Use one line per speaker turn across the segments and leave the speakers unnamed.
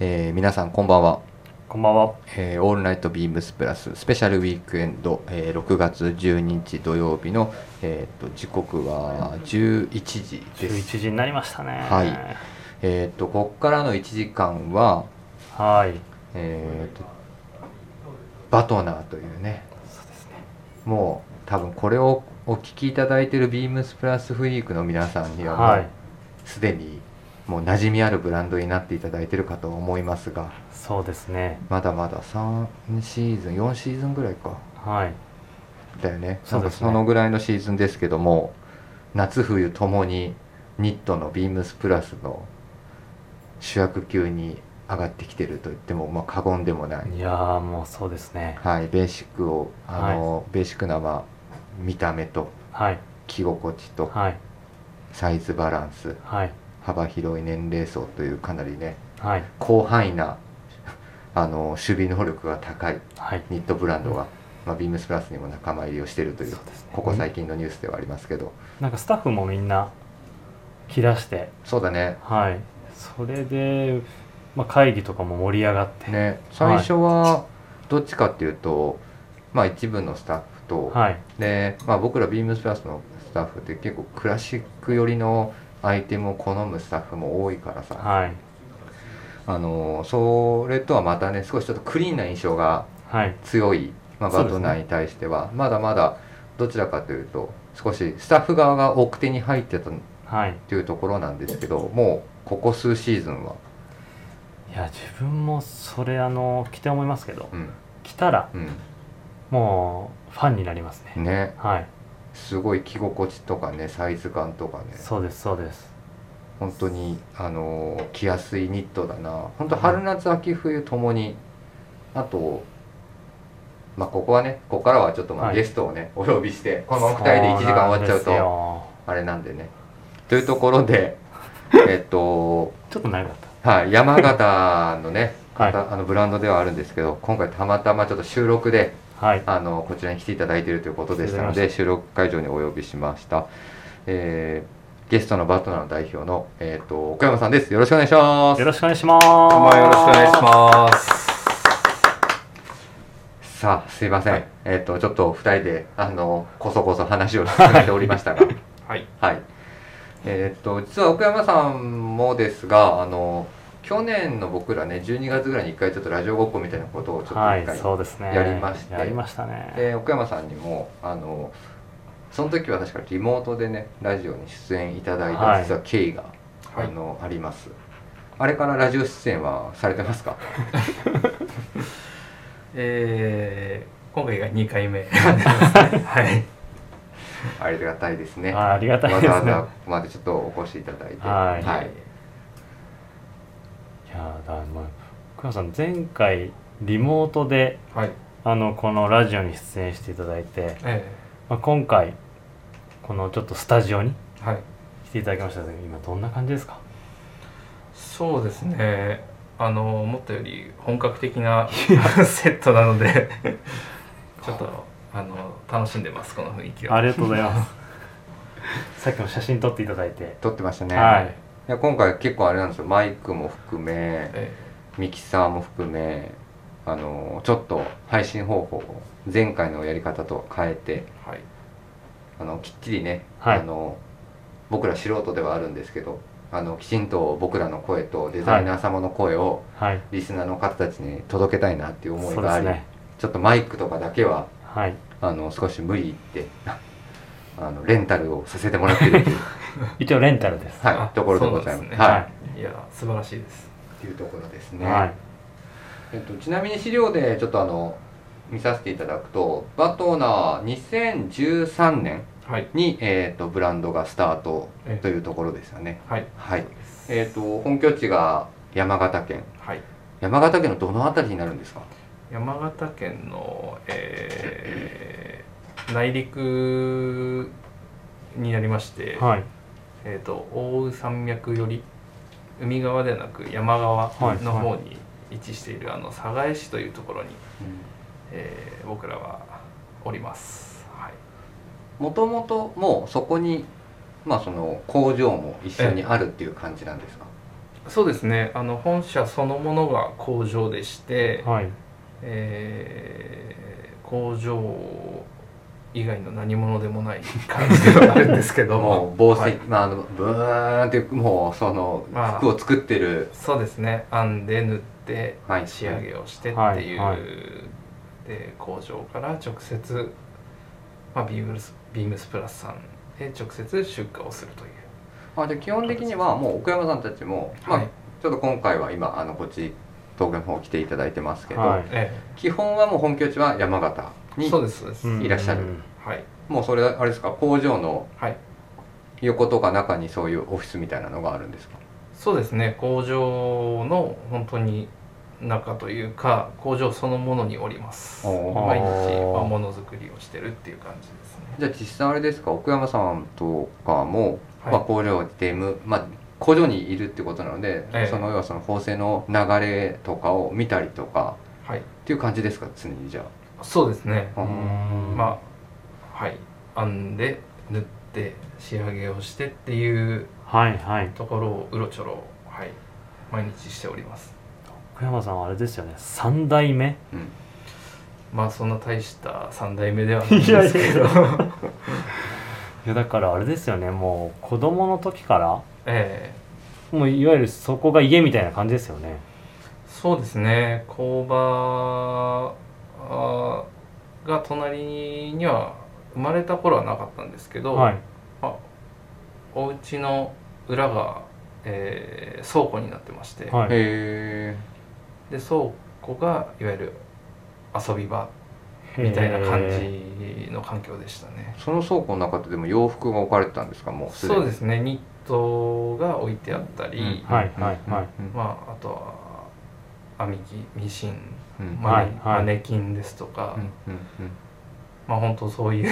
えー皆さんこんばんは、
こんばんは。
えーオールナイトビームスプラススペシャルウィークエンド、えー6月12日土曜日の、えーと時刻は11時です
11時になりましたね。
はいえっ、とこっからの1時間は
はい。
えーとバトナーというね
そうですね。
もう多分これをお聞きいただいているビームスプラスフリークの皆さんにはもう、
はい。
すでにもう馴染みあるブランドになっていただいているかと思いますが
そうですね。
まだまだ3シーズン4シーズンぐらいか
はい。
だよね
そうですね
なんかそのぐらいのシーズンですけども夏冬ともにニットのビームスプラスの主役級に上がってきてると言っても、まあ、過言でもない、
いやーもうそうですね。
はい、ベーシックをあの、ベーシックな、まあ、見た目と
はい。
着心地と
はい。
サイズバランス
はい。
幅広い年齢層というかなりね
はい。
広範囲なあの守備能力が高い
はい。
ニットブランドが、まあ、ビームスプラスにも仲間入りをしているという
そうですね
ここ最近のニュースではありますけど
なんかスタッフもみんな来だして、
そうだね
はい。それで、まあ、会議とかも盛り上がって、
ね最初はどっちかっていうと、まあ、一部のスタッフと、
はい。
でまあ、僕らビームスプラスのスタッフって結構クラシック寄りのアイテムを好むスタッフも多いからさ、
はい。
あのそれとはまたね少しちょっとクリーンな印象が
はい。
強い、まあ、
そう
バ
です
ト
ね
ナーに対しては、まだまだどちらかというと少しスタッフ側が奥手に入ってたと
はい。
いうところなんですけどもうここ数シーズンは、
いや、自分もそれ、あの、来て思いますけど、
うん
来たら、
う
もう、ファンになりますね。
ん、ね
はい。
すごい着心地とかねサイズ感とかね
そうです、そうです。
本当にあのー着やすいニットだな本当春夏秋冬ともにあとまあここはねここからはちょっとまあ
はい
ゲストをね、お呼びしてこのまま2人で1時間終わっちゃう
そ
と
うなんですよ
あれなんでねというところでえっと
ちょっと長かった。
はい、山形のね、
はい
方あのブランドではあるんですけど、今回たまたまちょっと収録で、
はい。
あのこちらに来ていただいているということでしたの
ありがとうござい
で、収録会場にお呼びしました。えーゲストのバトナーの代表の、えー、と岡山さんです。よろしくお願いします
よ。ろしくお願いします。よ
こんばんはよろしくお願いします。
さあ、すいません。えっ、と、ちょっと二人で、あの、こそこそ話を進めておりましたが、
はい。
はい。えっ、と、実は奥山さんもですが、あの、去年の僕らね、12月ぐらいに一回ちょっとラジオごっこみたいなことをちょっと一
は
回、
い、そうですね。
やりまして
やりましたね。
で奥山さんにもあのその時は確かリモートでねラジオに出演いただいた
はい
実は経緯が、
はい
あのありますあれからラジオ出演はされて ますか
えー、今回が2回目。はい。
ありがたいですね
あーありがたいです
わ
ね。
ざわ ざここまでちょっとお越しいただいて
はい
はい、
いやーだまあ、福山さん、前回、リモートで、
はい。
あの、このラジオに出演していただいて、
え
まあ、今回、このちょっとスタジオに
ー、はい。
来ていただきましたけど、今どんな感じですか
そうですね。あの、思ったより本格的なセットなので、 ちょっと、あの、楽しんでます、この雰囲気を。
ありがとうござい ます。さっきも写真撮っていただいて。
撮ってましたね、
はいい。
や今回結構あれなんですよマイクも含め
え
ミキサーも含めあのちょっと配信方法を前回のやり方と変えて
ー、はい。
あのきっちりね、
はい
あの僕ら素人ではあるんですけどあのきちんと僕らの声とデザイナー様の声を
はい。
リスナーの方たちに届けたいなっていう思い
そうで
があ
す
り、
ね。
ちょっとマイクとかだけは
はい。
あの少し無理言って あのレンタルをさせてもらって るという、
一応レンタルです。
は
あ
い、ところでございます
そうなんですね
はい
いや、素晴らしいです。
っていうところですね、
はい。
えっと、ちなみに資料でちょっとあの見させていただくとバトナー2013年
はい。
に、えー、とブランドがスタート
え
というところですよね
はい。
はいえっ、と本拠地が山形県
はい。
山形県のどの辺りになるんですか
山形県の、えー、内陸になりまして、
はい。
えー、と奥羽山脈より海側ではなく山側の方に位置している、あの寒河江市というところに、えー僕らはおります、はい、
もともともうそこにまあその工場も一緒にあるっていう感じなんですか
そうですねあの本社そのものが工場でして、
はい
えー工場以外の何者でもない感じではあるんですけど
もう防石、
はい
まああのブーンってもうその
まあ
服を作ってる、
そうですね編んで塗って
はい
仕上げをしてって
はい
いう、
はい
で工場から直接、まあ、ビームスビームスプラスさんへ直接出荷をするという
あじゃあ基本的にはもう奥山さんたちも、
は
まあ
い、
ちょっと今回は今あのこっち東京の方来ていただいてますけど、
はい
え
基本はもう本拠地は山形
え
に
そうですそうです、
うん
いらっしゃる
うん
はい
もうそれあれですか工場の
はい
横とか中にそういうオフィスみたいなのがあるんですか
そうですね工場の本当に中というか工場そのものにおります
おー
毎日まあものづくりをしてるっていう感じですね
じゃあ実際あれですか奥山さんとかも、
はい
まあ、工場でむ、まあ、工場にいるってことなので、
ええ
その要はその縫製の流れとかを見たりとか
はい
っていう感じですか常にじゃ
そうですね
あ、
うん
まあはい編んで縫って仕上げをしてっていう
はいはい
ところをうろちょろはい毎日しております
福山さんはあれですよね3代目
うん
まあそんな大した3代目ではないんですけど
いやいいやだからあれですよねもう子供の時から
え
もういわゆるそこが家みたいな感じですよね
えそうですね工場あーが隣には生まれた頃はなかったんですけど、
はい
お家の裏が、えー倉庫になってまして、
はいへ
へえ
で倉庫がいわゆる遊び場
ー
みたいな感じの環境でしたね。
その倉庫の中ででも洋服が置かれてたんですかもうすでに
そうですねニットが置いてあったり、
はいはいはい
うん
まあ、あとは編み着ミシン、
うん
まあ
はいはい
マネキンですとか、
うんうんうん
まあ本当そう いう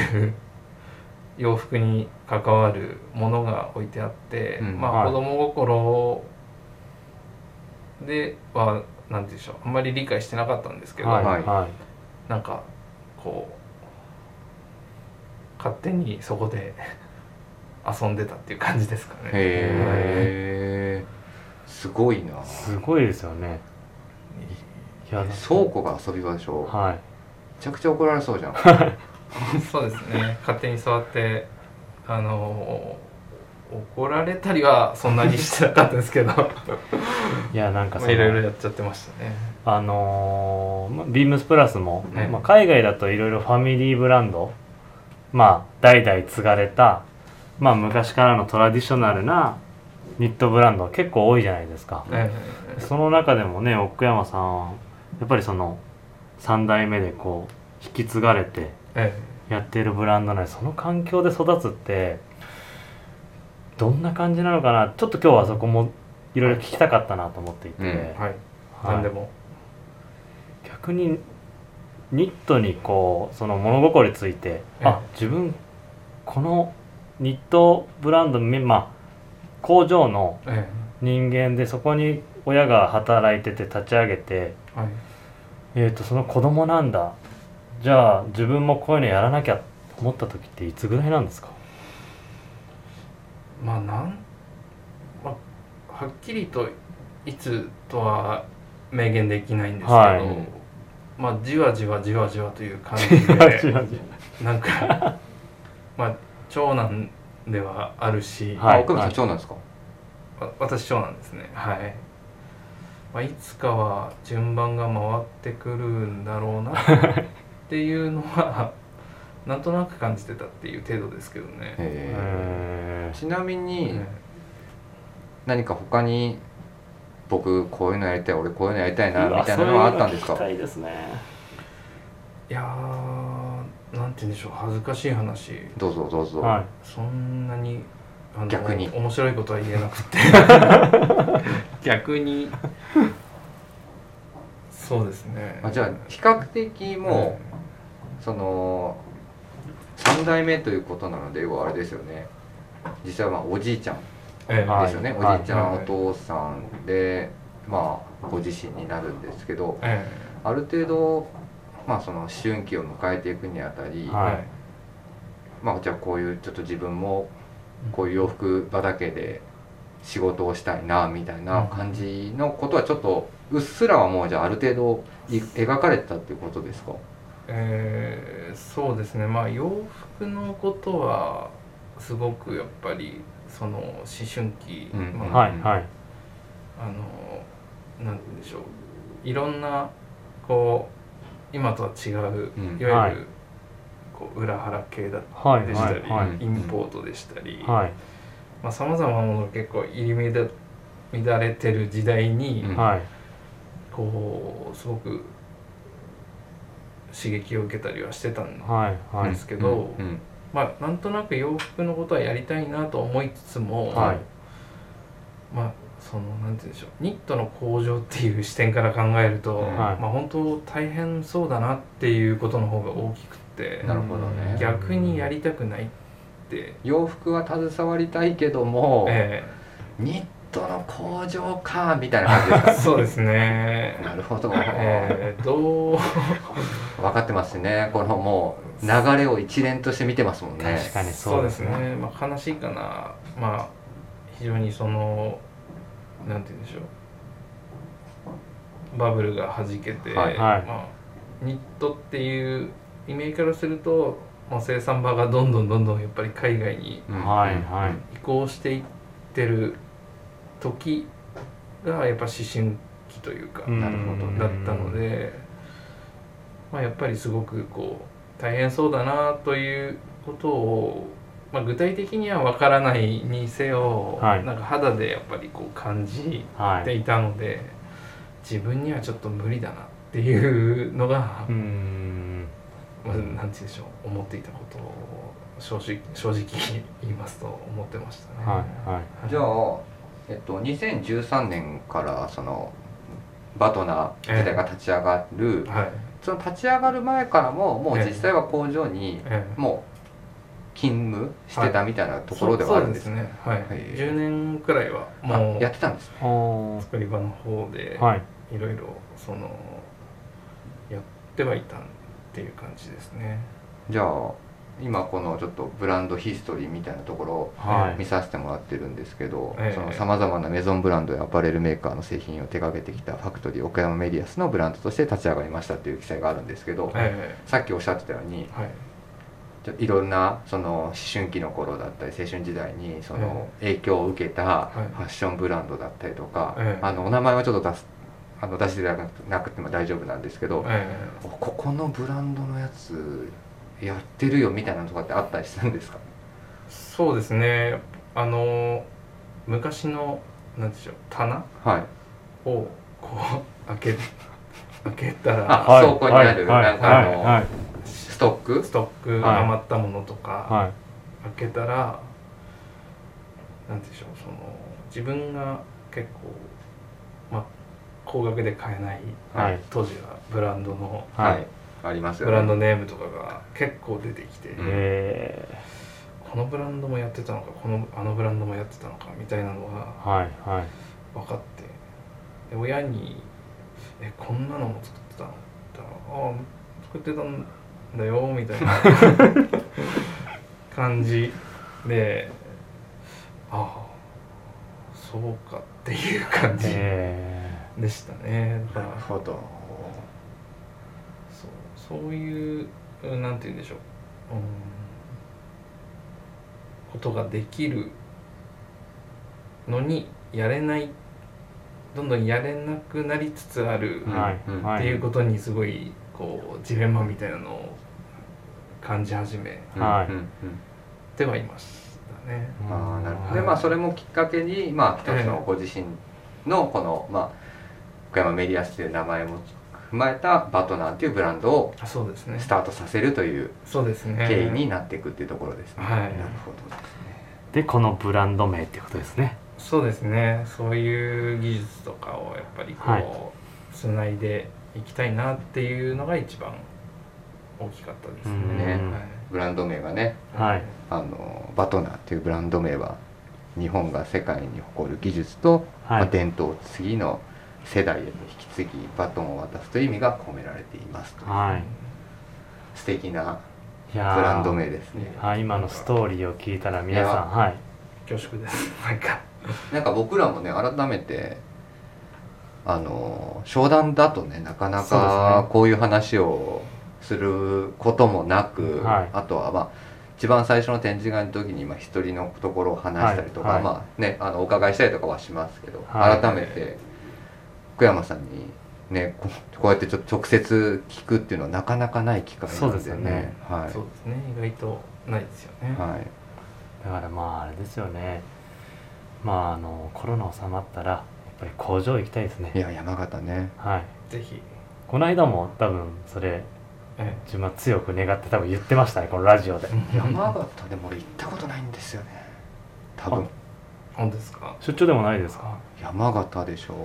洋服に関わるものが置いてあって、
うん
ま
は
あ
い
子供心では何て言うんでしょうあんまり理解してなかったんですけど、
はい
は
はいい、
なんかこう勝手にそこで 遊んでたっていう感じですかね。
へえすごいな
すごいですよねいやだ
倉庫が遊び場でしょ、
はい
めちゃくちゃ怒られそうじゃん
そうですね勝手に座ってあの怒られたりはそんなにしてなかったんですけどま
いやなんかそ
あいろいろ
の
やっちゃってましたね
あのーまあビームスプラスも、
ね
まあ、海外だといろいろファミリーブランドまあ代々継がれたまあ昔からのトラディショナルなニットブランド結構多いじゃないですか、
え
その中でもね奥山さんはやっぱりその3代目でこう引き継がれて
ええ
やってるブランドなのでその環境で育つってどんな感じなのかなちょっと今日はそこもいろいろ聞きたかったなと思っていて、
うん
えはい
はい
何でも
逆にニットにこうその物心ついて
え
あ自分このニットブランドめまあ工場の
え
人間でそこに親が働いてて立ち上げて
えはい
えー、とその子供なんだじゃあ自分もこういうのやらなきゃって思った時っていつぐらいなんですか
まあなんまあはっきりといつとは明言できないんですけど、
はい
まあじわじわじわじわという感じ
違う
で
違う
なんかまあ長男ではあるし、
はい
あ奥山さん長男ですか、
わ私長男ですねはい、まあ、いつかは順番が回ってくるんだろうなっていうのは なんとなく感じてたっていう程度ですけどね、
へえ
え
ちなみに、
ね
何か他に僕こういうのやりたい俺こういうのやりたいな
ーうわ
みたいなのはあったんです
そういうの
か
聞きたいですね
いやーなんて言うんでしょう恥ずかしい話
どうぞどうぞ、
は
そんなにあの
逆に
面白いことは言えなくて 逆にそうですね
あじゃあ比較的もう、その3代目ということなので要はあれですよね実際はまあおじいちゃん
ええ
はい
ですよね、
はい
おじいちゃん、
はい
お父さんでまあご自身になるんですけど
え
ある程度まあその思春期を迎えていくにあたり、
え
はい
まあじゃあこういうちょっと自分もこういう洋服畑で仕事をしたいなみたいな感じのことはちょっとうっすらはもうじゃあある程度い描かれてたっていうことですか
えーそうですねまあ洋服のことはすごくやっぱりその思春期、
うん
まあ
はいはい
あのなんて言うんでしょういろんなこう今とは違う、
うん
いわゆる、
はい
こう裏腹系だっ
はい
でし
は
た
い
り、
はい
インポートでしたり、
はい
まあさまざまなものが結構入り乱乱れてる時代に、
うん
はい
こうすごく刺激を受けたりはしてたん
はいはい
ですけど
うんうん
まあなんとなく洋服のことはやりたいなと思いつつも、
はい
まあそのなんて言うんでしょうニットの工場っていう視点から考えると、
はい
まあ本当大変そうだなっていうことの方が大きくって
なるほどね
うん
逆にやりたくないって、
洋服は携わりたいけども、
え
ニットの工場かみたいな感じです
えそうですね
かなるほど、
ええどう
分かってますねこのもう流れを一連として見てますもんね
確かに
そ
そうう
で
ですす
ね
ね
まあ、悲しいかなまあ非常にそのなんて言うんでしょうバブルが弾けて、
はい
はい
まあ、ニットっていうイメージからすると、まあ、生産場がどんどんどんどんやっぱり海外に
うん
はいはい
移行していってる時がやっぱ思春期というか、
うん
なるほど
だったので、まあ、やっぱりすごくこう大変そうだなということを、まあ、具体的には分からないにせよ、
はい
なんか肌でやっぱりこう感じ
は
て
い
いたので自分にはちょっと無理だなっていうのが、
うーん
まあ、なんて言うんでしょう思っていたことを正直正直言いますと思ってましたね。
はいはい
じゃあ、えっと、2013年からそのバトナー自体が立ち上がる、
はい
その立ち上がる前からももう実際は工場に
ええ
もう勤務してたみたいなところではあるんです,、
そうそうですね、はい
はい
10年くらいはも
あ
う
やってたんですね
おー
作り場の方で
はい
いろいろそのやってはいたっていう感じですね
じゃあ今このちょっとブランドヒストリーみたいなところを
は
見
い
させてもらってるんですけど、
ええ
そのさまざまなメゾンブランドやアパレルメーカーの製品を手掛けてきたファクトリー岡山メディアスのブランドとして立ち上がりましたっていう記載があるんですけど、
え
さっきおっしゃってたように
えはい
ちょいろんなその思春期の頃だったり青春時代にその影響を受けた
い
ファッションブランドだったりとか、
ええ
あのお名前はちょっと出すあの出していただかなくても大丈夫なんですけど、
え
おここのブランドのやつやってるよみたいなのとかってあったりしたんですか、
えそうですねあの昔のなんでしょう棚
はい、
をこう 開け開けた
あ
ら
はい
倉庫にある
はい
なんかあの
はい
ストック
ストック
はい
余ったものとか、
はい
開けたらなんて言うんでしょうその自分が結構まあ高額で買えない
はいはい
当時はブランドの
はい、
はい
ありますよ
ブ
ね
ランドネームとかが結構出てきて、
うん
え
このブランドもやってたのかこのあのブランドもやってたのかみたいなの
ー
が
はいはい
分かってで親に「えこんなのも作ってたの?」って言ったら「ああ作ってたんだよ」みたいな 感じで「ああそうか」っていう感じ
え
でしたねだか
なる
ら
ほど
そうそういううんなんて言うんでしょう、うん、ことができるのにやれないどんどんやれなくなりつつある
ーはい
うん
は
っ
い
ていうことにすごいこうジレンマみたいなのを感じ始め
はい
うんうんうん
てはいましたね。
ああなるほど、
は
で
い
まあそれもきっかけにまあ一つ
え
の
え
ご自身のこの、まあ岡山メディアスという名前も踏まえたバトナーというブランドを
あそうですね
ス。タートさせるという
そうですね。
経緯になっていくっていうところですね、
はい
なるほどですね
でこのブランド名ってことですね
そうですねそういう技術とかをやっぱり
はい
こうつないでいきたいなっていうのが一番大きかったです
うん
ね。
ねブランド名がね
は
はいい
あのバトナーというブランド名は日本が世界に誇る技術と、
は
まあ
い
伝統を次の世代へと引き継ぎバトンを渡すという意味が込められていますという
はい
素敵ないブ
やー
ランド名ですね
はい今のストーリーを聞いたら皆さんはい
恐縮です。なんか
なんか僕らもね改めてあの商談だとねなかな
そうです
かこういう話をすることもなく、
はい
あとはまあ一番最初の展示会の時にまあ一人のところを話したりとか、
はいはい
まあね、あのお伺いしたりとかはしますけど、
はい
改めて福山さんに、ね、こうこうやってちょっと直接聞くっていうのはなかなかない機会なん
そうで
ですす
よ
よ
ね
ね。はい
そうですね意外とないですよね、
はい
だからまああれですよねまああのコロナ収まったらやっぱり工場行きたいです
い
ね
や山形ね
はい
ぜひ、
この間も多分それ
え
自分は強く願って多分言ってましたねこのラジオで
え、
山形でも俺行ったことないんですよね多分
本当ですか
出張でもないですか
山形でしょう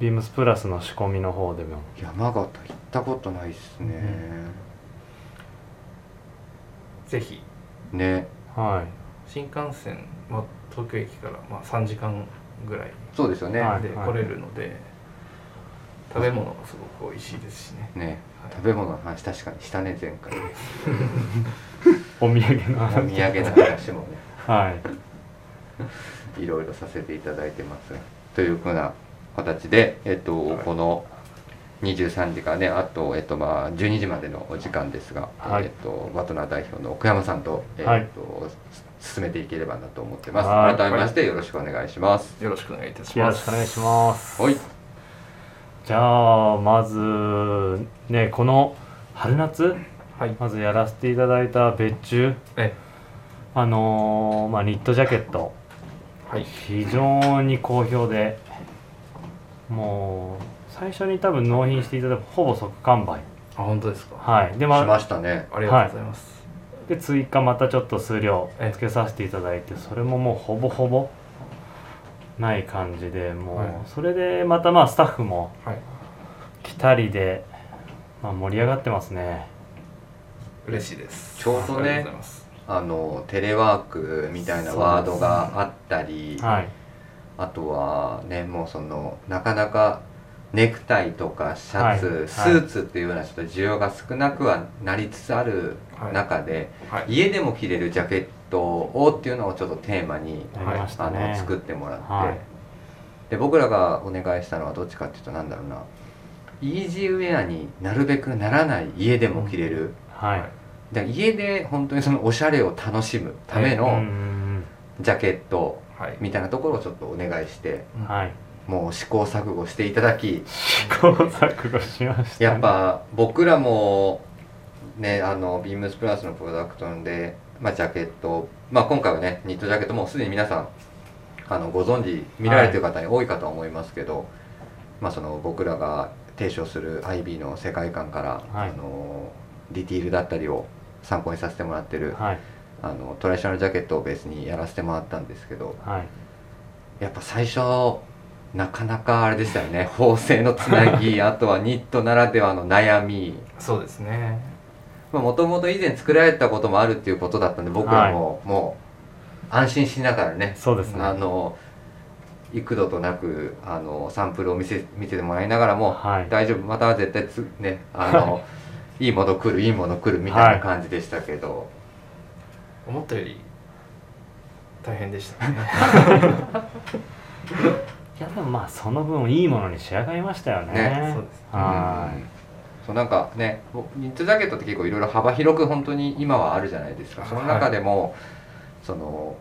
ビームスプラスの仕込みの方でも
山形行ったことないっすね、
ぜひ
ね
はい
新幹線は東京駅からまあ3時間ぐらい
そうですよね、
はい
で来れるので、食べ物がすごく美味しいですしね、
ね
はい
食べ物の話確かにしたね前回
お土産
お
の
土
話
産の話もね
はい
いろいろさせていただいてますというふうな形で、えっと
はい
この23時からねあと、えっとまあ、12時までのお時間ですが、
はい
えっと、バトナー代表の奥山さんと,、えっと
はい
す進めていければなと思ってます、
はい
改めましてよろしくお願いします
よろしくお願いいたし
よ
ま
ろし
す
くお願いします
はい
じゃあまずねこの春夏
はい
まずやらせていただいた別注
え
あのーまあ、ニットジャケット
えはい
非常に好評でもう最初に多分納品していただくほぼ即完売
あ本当ですか、
はいで,、
しま
ま
したね
ありがとうございます、
で追加またちょっと数量
ええ
つけさせていただいてそれももうほぼほぼない感じでもう、
はい
それでまたまあスタッフも
はい
来たりで、まあ、盛り上がってますね
嬉しいです
ちょうどね
ありがとうございます
あのテレワークみたいなワードがあったり、
はい
あとはねもうそのなかなかネクタイとかシャツ、
はいはい
スーツっていうようなちょっと需要が少なくはなりつつある
はい
中で、
はい
家でも着れるジャケットをっていうのをちょっとテーマに、
やりました
あ
ね、
の作ってもらって、
はい
で僕らがお願いしたのはどっちかっていうとなんだろうなイージーウェアになるべくならない家でも着れる、
はい
だから家で本当にそのおしゃれを楽しむため
うんう
の
ん
ジャケット、
はい
みたいなところをちょっとお願いして
うんはい
もう試行錯誤していただき
試行錯誤しましたね
やっぱ僕らもねあのビームスプラスのプロダクトで、まあ、ジャケット、まあ、今回はねニットジャケットもうすでに皆さんあのご存知見られてる方に多いかとは思いますけど、まあ、その僕らが提唱する IB の世界観から、
はい
あのディティールだったりを参考にさせてもらってる
はい
あのトライショナルジャケットをベースにやらせてもらったんですけど
はい
やっぱ最初なかなかあれでしたよね 縫製のつな ぎあとはニットならではの悩み
そうですね
もともと以前作られたこともあるっていうことだったんで僕らも、もう安心しながらね
そうですね
あの幾度となくあのサンプルを見せ見せてもらいながらも、
はい
大丈夫また絶対つねあ のいいもの来るいいもの来るみたいな感じでしたけど、
思ったより大変でしたね
いやでもまあその分いいものに仕上がりましたよね
ね
そうですね
は
うんそうなんかねニットジャケットって結構いろいろ幅広く本当に今はあるじゃないですかその中でも、その、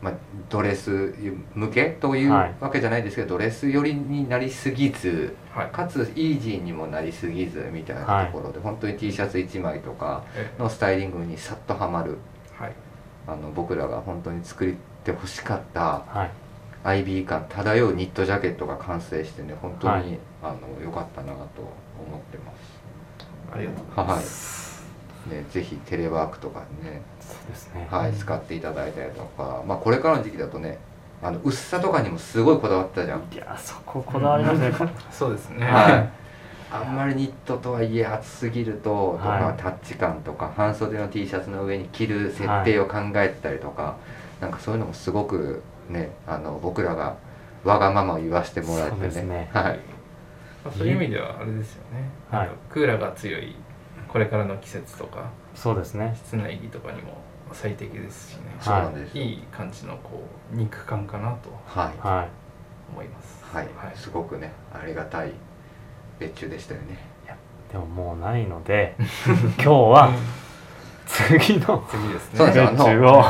まあ、ドレス向けという
はい
わけじゃないですけど、ドレス寄りになりすぎず
はい
かつイージーにもなりすぎずみたいなところで、本当に T シャツ1枚とか
え
のスタイリングにさっとはまる
えはい
あの僕らが本当に作ってほしかった
い、はい、
IB 感漂うニットジャケットが完成してね本当に、あの良かったなと思ってます。
ありがとうございます、
ね、ぜひテレワークとかね、
そうですね、
はい、
うん
使っていただいたりとか、まあ、これからの時期だとねあの薄さとかにもすごいこだわってたじゃん、
い、やそここだわりまし たね
そうですね、
はい、あんまりニットとはいえ厚すぎるととか、
はい
タッチ感とか半袖の T シャツの上に着る設定を考えてたりとか、なんかそういうのもすごくねあの僕らがわがままを言わせてもらって
そうです
ね
ね
はい、
まあそういう意味ではあれですよね、
はい
あのクーラーが強いこれからの季節とか
そうですね
室内着とかにも最適ですしね、
そうなんですよ
いい感じのこう肉感かなと
はい
は
思います。
はい、すごくねありがたい別注でしたよね
いでももうないので 今日は次の
次ですね。
そうですね
別注を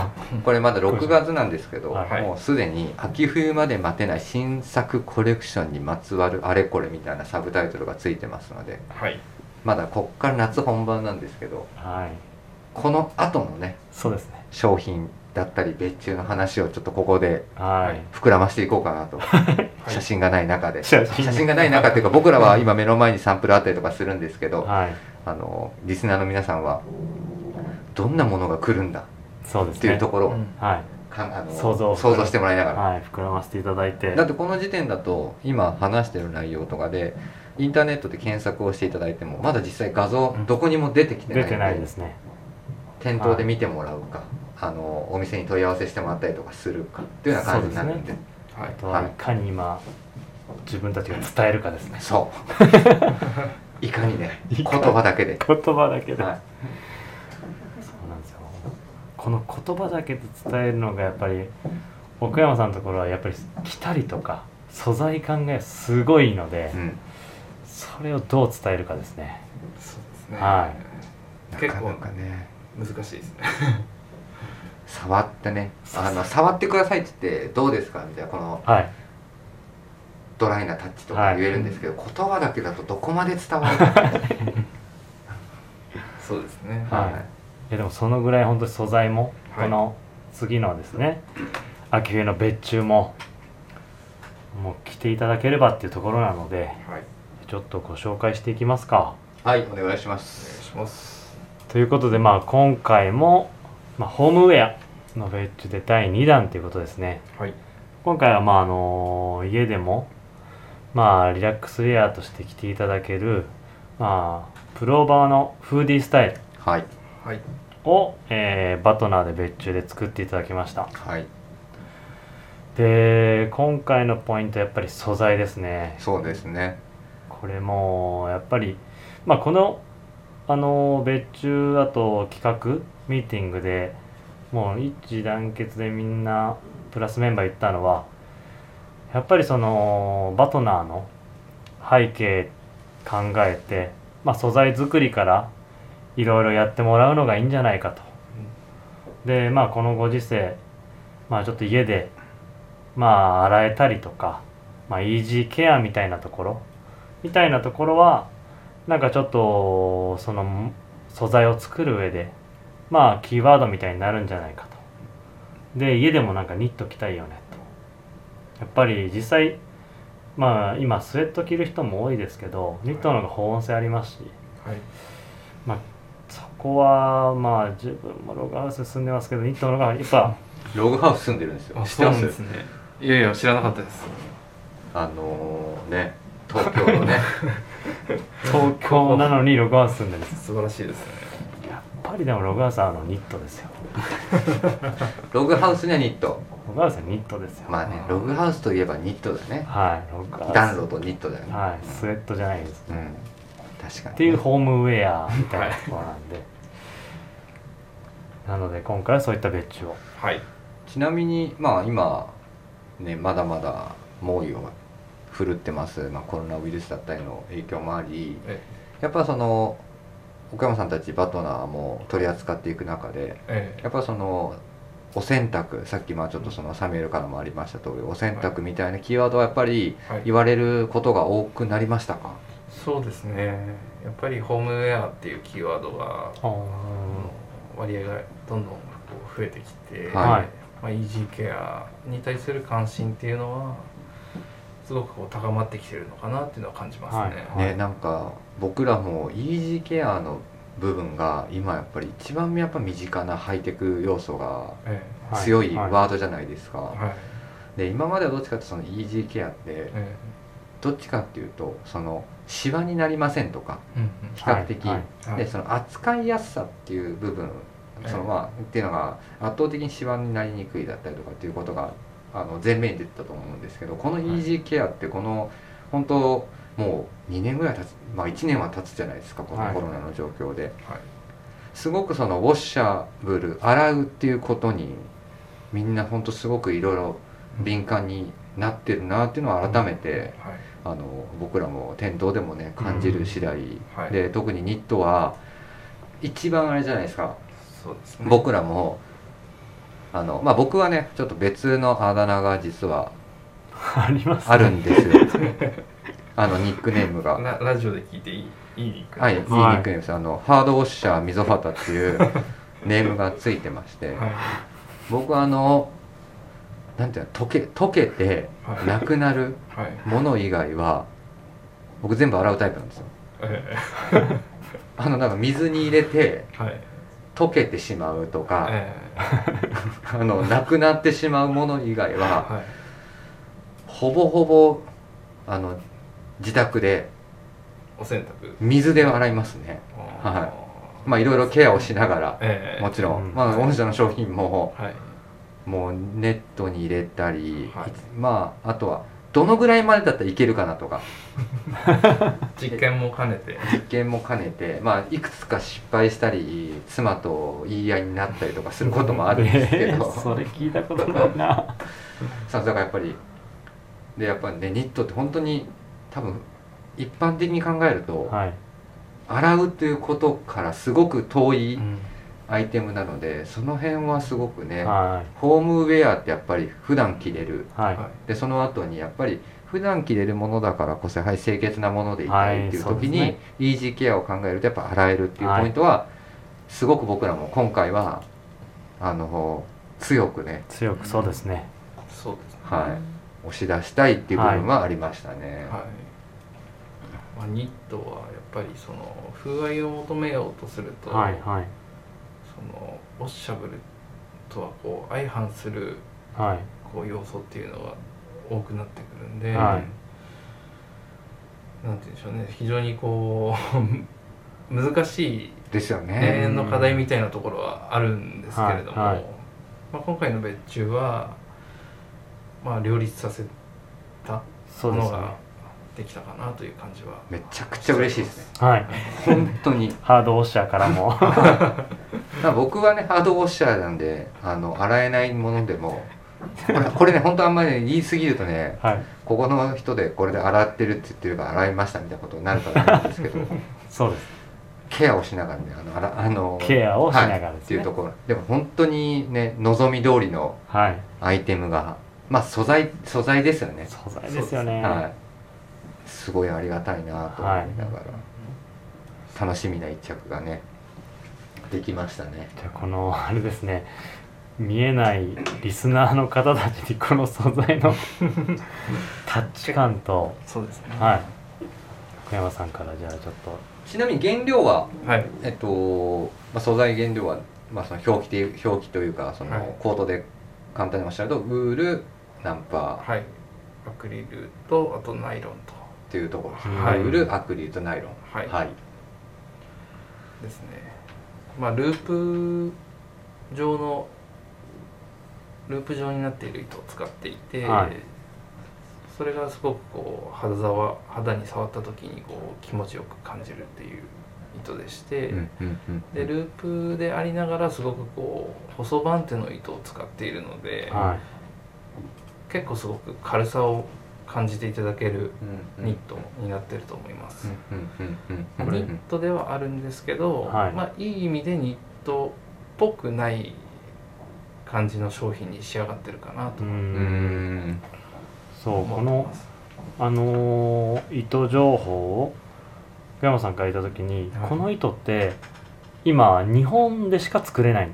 これまだ6月なんですけど、
はい
もうすでに「秋冬まで待てない新作コレクションにまつわるあれこれ」みたいなサブタイトルがついてますので
はい。
まだこっから夏本番なんですけど
はい
この後のね
そうですね
商品だったり別注の話をちょっとここで
は
はい
い
膨らましていこうかな と、写真がない中で
写真
写真がない中っていうか僕らは今目の前にサンプルあったりとかするんですけど、
はい
あのリスナーの皆さんはどんなものが来るんだ
そうで
っ
す
ていう
ね
ところを、
はい
かあの
想像
想像してもらいながら、
はい膨らませていただいて
だってこの時点だと今話してる内容とかでインターネットで検索をしていただいてもまだ実際画像
うん
どこにも出てきてない
出
ので
てないですね
店頭で見てもらうか、あのお店に問い合わせしてもらったりとかするかっていうような感じになるんで
は
あ
い。
とは
はい
いかに今自分たちが伝えるかですね
そう いかにね
い
言
かに
葉だけで、
言葉だけで
は
そうなんですよこの言葉だけで伝えるのがやっぱり奥山さんのところはやっぱり来たりとか素材感がすごいので
いうん、
それをどう伝えるかですね
そうですね。
は
な
結
か
構
なかね
難しいですね。
触ってね
そうそう
あの触ってくださいって言ってどうですかみたいなこの
はい
ドライなタッチとか言えるんですけど、言葉だけだとどこまで伝わる か、
そうですね。
はいいやでもそのぐらい本当に素材も、
は
こ
い
の次のですね秋冬の別注ももう来ていただければっていうところなので
はい。
ちょっとご紹介していきますか
はい、お願いしま
お願い
す
します。
ということでまあ今回も、まあ、ホームウェアの別注で第2弾ということですね
はい。
今回はまああの家でもまあリラックスウェアとして着ていただけるまあプローバーのフーディースタイル
はい
はい。
を、えーバトナーで別注で作っていただきました
はい
で今回のポイントはやっぱり素材ですね
そうですね
これもやっぱりまあこのあの別注あと企画ミーティングでもう一致団結でみんなプラスメンバー言ったのはやっぱりそのバトナーの背景考えて、まあ、素材作りからいろいろやってもらうのがいいんじゃないかとでまあこのご時世まあちょっと家でまあ洗えたりとか、まあ、イージーケアみたいなところみたいなところはなんかちょっとその素材を作る上でまあキーワードみたいになるんじゃないかとで家でもなんかニット着たいよねとやっぱり実際まあ今スウェット着る人も多いですけどニットの方が保温性ありますし
はい。
そこはまあ自分もログハウス住んでますけどニットの方がやっぱ
ログハウス住んでるんですよ
あ、
知っ
そ
て
うな
ま
ん
す
ですね。いやいや、知らなかったです。
あのーね東京の ね
東京なのにログハウス住んでるんです
素晴らしいですね。
やっぱりでもログハウスはあのニットですよ
ログハウスにはニット
ログハウスはニットですよ、
まあねログハウスといえばニットだね
はいログハウス
暖炉とニットだよね、
はいスウェットじゃないです
うん確かに
っていうホームウェアみたいなところなんで、なので今回はそういった別注を
はい。
ちなみにまあ今ねまだまだ猛威を振るってます、まあ、コロナウイルスだったりの影響もあり
え
やっぱその岡山さんたちバトナーも取り扱っていく中で
え
やっぱそのお洗濯さっきまあちょっとそのサミュエルからもありました通りお洗濯みたいなキーワードはやっぱり
はい
言われることが多くなりましたか、
そうですね。やっぱりホームウェアっていうキーワードが割合がどんどんこう増えてきて、
はい
まあ、イージーケアに対する関心っていうのはすごくこう高まってきてるのかなっていうのは感じますね。
はい
ねなんか僕らもイージーケアの部分が今やっぱり一番やっぱ身近なハイテク要素が
え
はい
強い
はい
ワードじゃないですか、
えはい
で今まではどっちかっていうとそのイージーケアって
え
どっちかっていうとそのシワになりませんとか
えうん
比較的、
はいはい
うんはい
でその扱いやすさっていう部分
ええ
そのまあっていうのが圧倒的にシワになりにくいだったりとかっていうことがあの前面に出てたと思うんですけどこのイージーケアってこの本当もう2年ぐらい経つまあ1年は経つじゃないですかこの
はい
コロナの状況で、
はい
すごくそのウォッシャブル洗うっていうことにみんなほんとすごくいろいろ敏感になってるなっていうのを改めて、
はい
あの僕らも店頭でもね感じる次第、
はい
で特にニットは一番あれじゃないですか
そうですね
僕らもあの、まあ、僕はねちょっと別のあだ名が実は
あります
あるんですよ あのニックネームが。
ララジオで聞いていいいいニック
はい、いい
ネ
ニ
ーム
はい
ックネームです、あのハードウォッシャー溝端っていうネームがついてまして、
はい
僕はあのなんていうの溶け溶けて
はい
なくなる
はい
もの以外は僕全部洗うタイプなんですよ
え
あのなんか水に入れて
えはい
溶けてしまうとか、
ええ
あのなくなってしまうもの以外は
はい
ほぼほぼあの自宅で
お洗濯
水で洗いますね
はい
まあいろいろケアをしながら
ええ
もちろん、
うん
まあ御社の商品も
はい
もうネットに入れたり、
はい
まああとはどのぐらいまでだったらいけるかなとか
実験も兼ねて
実験も兼ねて、まあ、いくつか失敗したり妻と言い合いになったりとかすることもあるんですけ
え
ど、
ーそれ聞いたことないな
さすがやっぱりでやっぱねニットって本当に多分一般的に考えると、
はい、
洗うということからすごく遠い
うん
アイテムなので、その辺はすごくね、
はい
ホームウェアってやっぱり普段着れる
はい
は
でその後にやっぱり普段着れるものだからこそやはり清潔なものでいたいっていう
はいそう
時
です
に、
ね
イージーケアを考えるとやっぱ洗えるっていう
はい
ポイントは、すごく僕らも今回はあの強くね
強くそうですね
そうですね
はい押し出したいっていう部分はありましたね。
はい、まあ、ニットはやっぱりその風合いを求めようとすると、
はいはい
そのウォッシャブルとはこう相反する
はい
こう要素っていうのが多くなってくるんで、
は
なんて言うんでしょうね非常にこう 難しい
ですよね。
永遠の課題みたいなところはあるんですけれども、
はいはい
まあ、今回の別注は、まあ、両立させた
そ
も
うで
の
すね
ができたかなという感じは
めちゃくちゃ嬉しいですね。
はい
本当に。
ハードウォッシャーから も
まあ僕はね、ハードウォッシャーなんで、あの、洗えないものでも、これこれね、本当あんまりね、言い過ぎるとね、
はい
ここの人でこれで洗ってるって言ってるから洗いましたみたいなことになるからなんですけど、
そうです
ケアをしながらね、あの、あらあの
ケアをしなが
は
ら
いっ
です
てい
ね
うところ。でも本当にね、望み通りの
はい
アイテムが、まあ素材、素材ですよね。
素材ですよね
はい。すごいありがたいなと思いながら、楽しみな一着がね、できましたね。
じゃあこの あれですね見えないリスナーの方たちにこの素材 のタッチ感と
そうですね
はい福山さんからじゃあちょっと
ちなみに原料は
はい
えっとまあ、素材原料は、まあ、その表記ていう表記というかそ
はい
のコートで簡単におっしゃるとウールナンパー
はいアクリルとあとナイロン
っ
と
ていうところです、
はい
ウールアクリルとナイロン
はい
はい
ですねまあループ状のループ状になっている糸を使っていて、
はい
それがすごくこう肌触肌に触った時にこう気持ちよく感じるっていう糸でして、
うんうんうん
でループでありながらすごくこう細番手の糸を使っているので、
は
結構すごく軽さを感じていただける
うんうん
ニットになってると思います、
うんうんうん
まあ
うん
ニットではあるんですけど、
はい
まあ、いい意味でニットっぽくない感じの商品に仕上がってるかないと
うー
うんん
そうこ
思って
の
ます、
あのー糸情報を福山さんからいた時に、
はい
この糸って今日本でしか作れない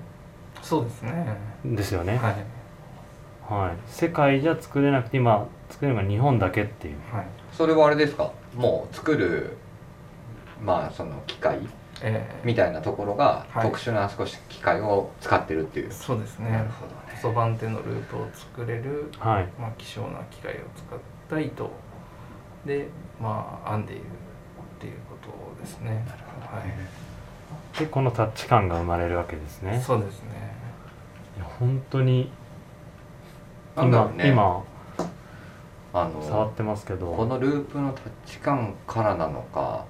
そうですね
んですよね、
はい
はい、世界じゃ作れなくて今作れるのが日本だけっていう
はい
それはあれですかもう作るまあその機械
えー
みたいなところが
はい
特殊な少し機械を使ってるっていう、
そうです
な
ね
るほどね
細番手のループを作れる、
はい
まあ、希少な機械を使った糸でまあ編んでいるっていうことですねは
でこのタッチ感が生まれるわけです
い
ね
そうですね
いや本当に
なんだ
今、
ろうね
今
あの
触ってますけど
このループのタッチ感からなのか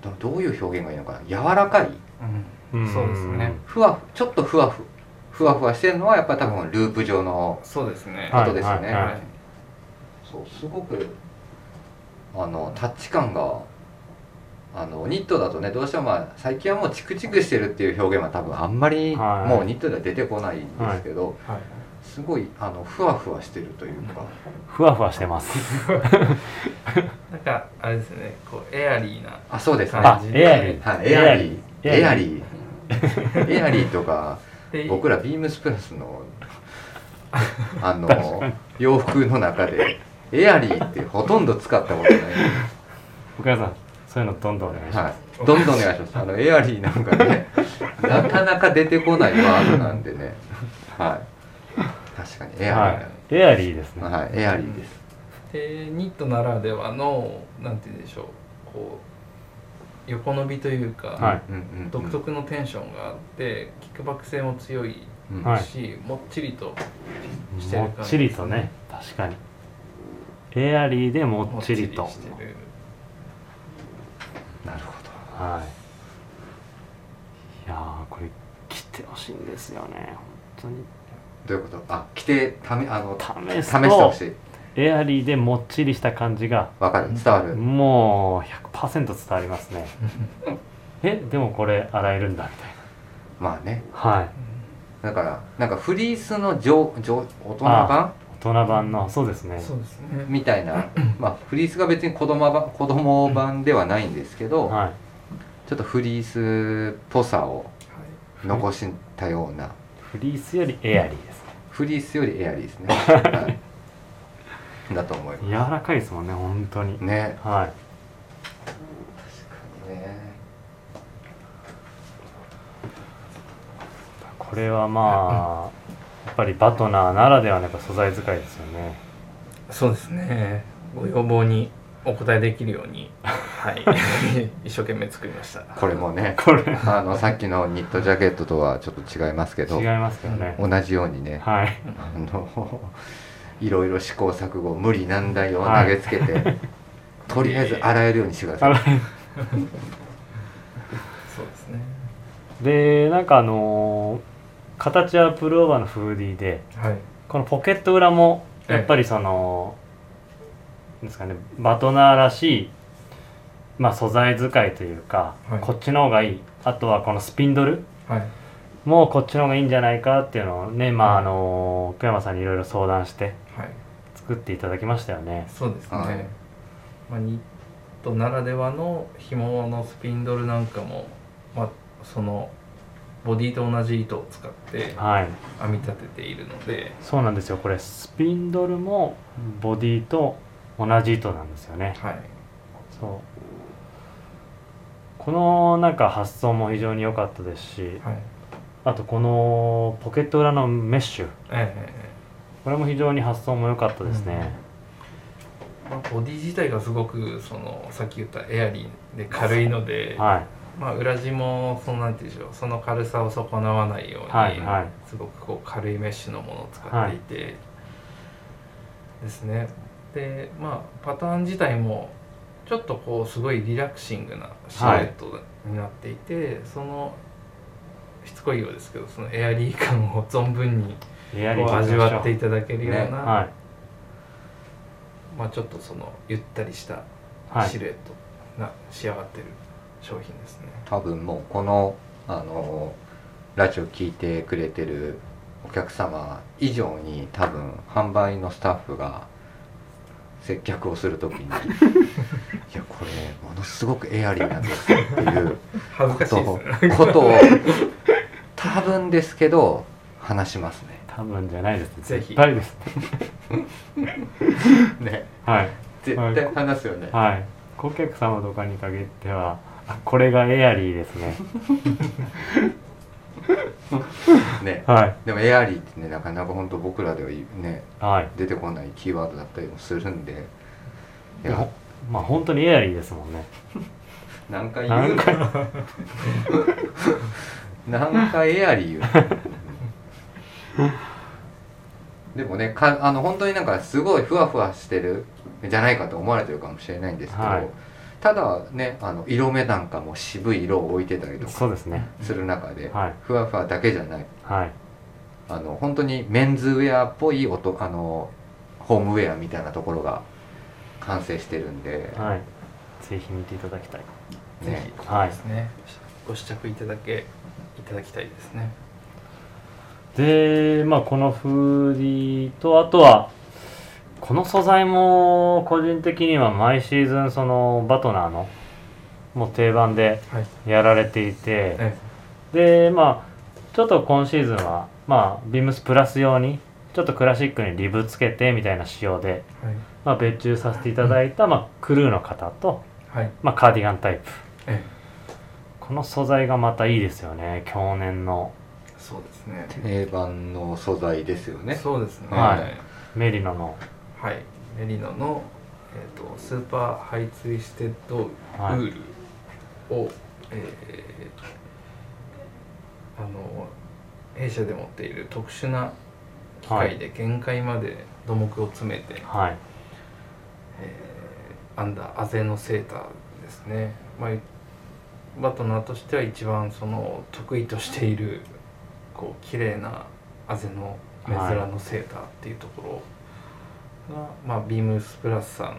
どどういう表現がいいのかな柔らかい
うんそうですね
ふわふちょっとふわふふわふわしてるのはやっぱり多分ループ状の
そうですね
はい
ことですよね、
はいはい
そうすごくあのタッチ感があのニットだとねどうしても、まあ、最近はもうチクチクしてるっていう表現は多分あんまり、
はい
もうニットでは出てこないんですけど、
はい
すごいあのふわふわしてるというか、
ふわふわしてます
なんかあれですねこうエアリーな
あそうですね
あ
感じ
エアリー
はい、エアリーエ
エ
ア
ア
リーエアリーと か
で
僕らビームスプラス のあの洋服の中でエアリーってほとんど使ったことない、
お母さんそういうのどんどんお願いしま
はい、どんどんお願いしますあのエアリーなんか ねなかなか出てこないワードなんでねはい確かにエ
す
ア
はいエアリーです
リー
ね
だねはい、エアリーです
でニットならではのなんて言うんでしょうこう横伸びというか、
はい
うんうんうん
独特のテンションがあってキックバック性も強いし、
うん
はい
もっちりとしてる
も
感じ
っちりとね確かにエアリーでもっちりと
もっちりしてる
なるほど
はいいやーこれ来てほしいんですよね本
どういうことあ着てためあの
当に
試
試
し
す
て
と
ほしい
エアリーでもっちりした感じが
わかる伝わる、
もう100%伝わりますねえでもこれ洗えるんだみたい
まあね
なはい
だからなんかフリースの上上大人版
大人版のそうですね
そうですね
みたい な、まあ、フリースが別に子供版子供版ではないんですけど、
はい
ちょっとフリースっぽさを残したような
フリースよりエアリーですね
フリースよりエアリーです ね、はいだと思いま
柔らかいですもんね本当に
すね
はい
ね
これはまあやっぱりバトナーならではのやっぱ素材使いですよね
そうですねご要望にお答えできるようにはい 一生懸命作りました
これもね
これ
あのさっきのニットジャケットとはちょっと違いますけど
違いますけどね
同じようにね、
はい
あの いろいろ試行錯誤無理難題を投げつけて、 とりあえず洗えるようにしてください
そうですね
でなんかあのー形はプルオーバーのフーディーで
はい
このポケット裏も
ええ
やっぱりその、なんですかねバトナーらしい、まあ、素材使いというか、
はい
こっちの方がいいあとはこのスピンドル
はい
もこっちの方がいいんじゃないかっていうのをねまあ
は
あ
い
のー久山さんにいろいろ相談して
はい
作っていただきましたよね
そうですね、
はい
まあ、ニットならではの紐のスピンドルなんかも、まあ、そのボディと同じ糸を使って
はい
編み立てているので、
そうなんですよこれスピンドルもボディと同じ糸なんですよね
はい、
そうこのなんか発想も非常に良かったですし
はい、
あとこのポケット裏のメッシュ
え
これも非常に発想も良かったですね、
えまあ、ボディ自体がすごくそのさっき言ったエアリーで軽いので、
はい
まあ、裏地もそのなんていうんでしょうその軽さを損なわないように、
はいはい
すごくこう軽いメッシュのものを使っていて、ですねでまあパターン自体もちょっとこうすごいリラクシングなシルエットになっていて、そのしつこいようですけどそのエアリー感を存分に
エアリー
こう
と
味わってい
い
ただけるような、
ね
はい
まあ、ちょっとそのゆったりした
はい
シルエットが仕上がってる商品ですね。
多分もうこのあのラジオ聞いてくれてるお客様以上に多分販売のスタッフが接客をすると きにいやこれものすごくエアリーなんですよって いう
恥ずかしいです
こ
ね。
とことを多分ですけど話しますね。
多分じゃないですね
ぜひ
絶対です
ね
はい
絶対話すよね。
はい顧客様とかに限ってはあこれがエアリーです ね
ね
はい
でもエアリーってねなかなか本当僕らではね
はい
出てこないキーワードだったりもするんで。いや
ほまあ本当にエアリーですもんね
何回言うの
何回
何回エアリー言うのでもねかあの本当になんかすごいふわふわしてるじゃないかと思われてるかもしれないんですけど、
はい
ただねあの色目なんかも渋い色を置いてたりとか
そうですね
する中で、
はい
ふわふわだけじゃない
はい
あの本当にメンズウェアっぽい音あのホームウェアみたいなところが完成してるんで、
はいぜひ見ていただきたい
ね
ぜひここですね、ご試着いただけいただきたいですね
でまあこのフーディーとあとはこの素材も個人的には毎シーズンそのバトナーのもう定番で
はい
やられていて、
え
でまあちょっと今シーズンはまあビームスプラス用にちょっとクラシックにリブつけてみたいな仕様で、
え
まあ、別注させていただいた、まあ、クルーの方と、
はいはい
まあ、カーディガンタイプ
え
この素材がまたいいですよね去年の
えそうですね
定番の素材ですよね
そうですね
はいメリノの
はいメリノの、えー、とスーパーハイツイステッドウ
はい
ールを、えーあの弊社で持っている特殊な機械で限界まで土木を詰めて、
はい
えー編んだあぜのセーターですね、まあ、バトナーとしては一番その得意としているこう綺麗なあぜの目面のセーターっていうところが、まあ、ビームスプラスさ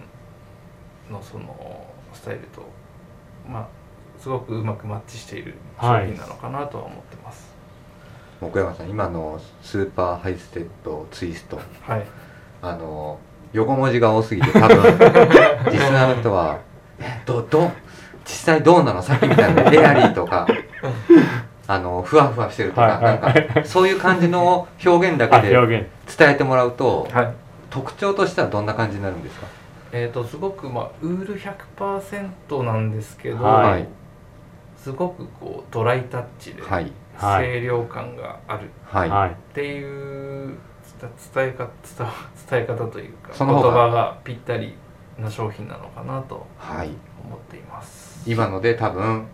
んのそのスタイルと、まあ、すごくうまくマッチしている商品なのかなとは思ってます。
奥山さん今のスーパーハイステッドツイスト
はい、
あの横文字が多すぎて 多分リスナーの人は「えどど実際どうなのさっきみたいなエアリーと かあのふわふわしてるとか,、
はいはい
なんかそういう感じの表現だけ
あ
で
表現
伝えてもらうと、
はい
特徴としてはどんな感じになるんですか、
えー、とすごく、まあ、ウール100%なんですけど、
はい
すごくこうドライタッチで
はい
はい
清涼感があるっ
はい、
はい
ていう伝伝えか伝わ伝え方というか
その方が
言葉がぴったりな商品なのかなと
はい、
思っています。
今ので多分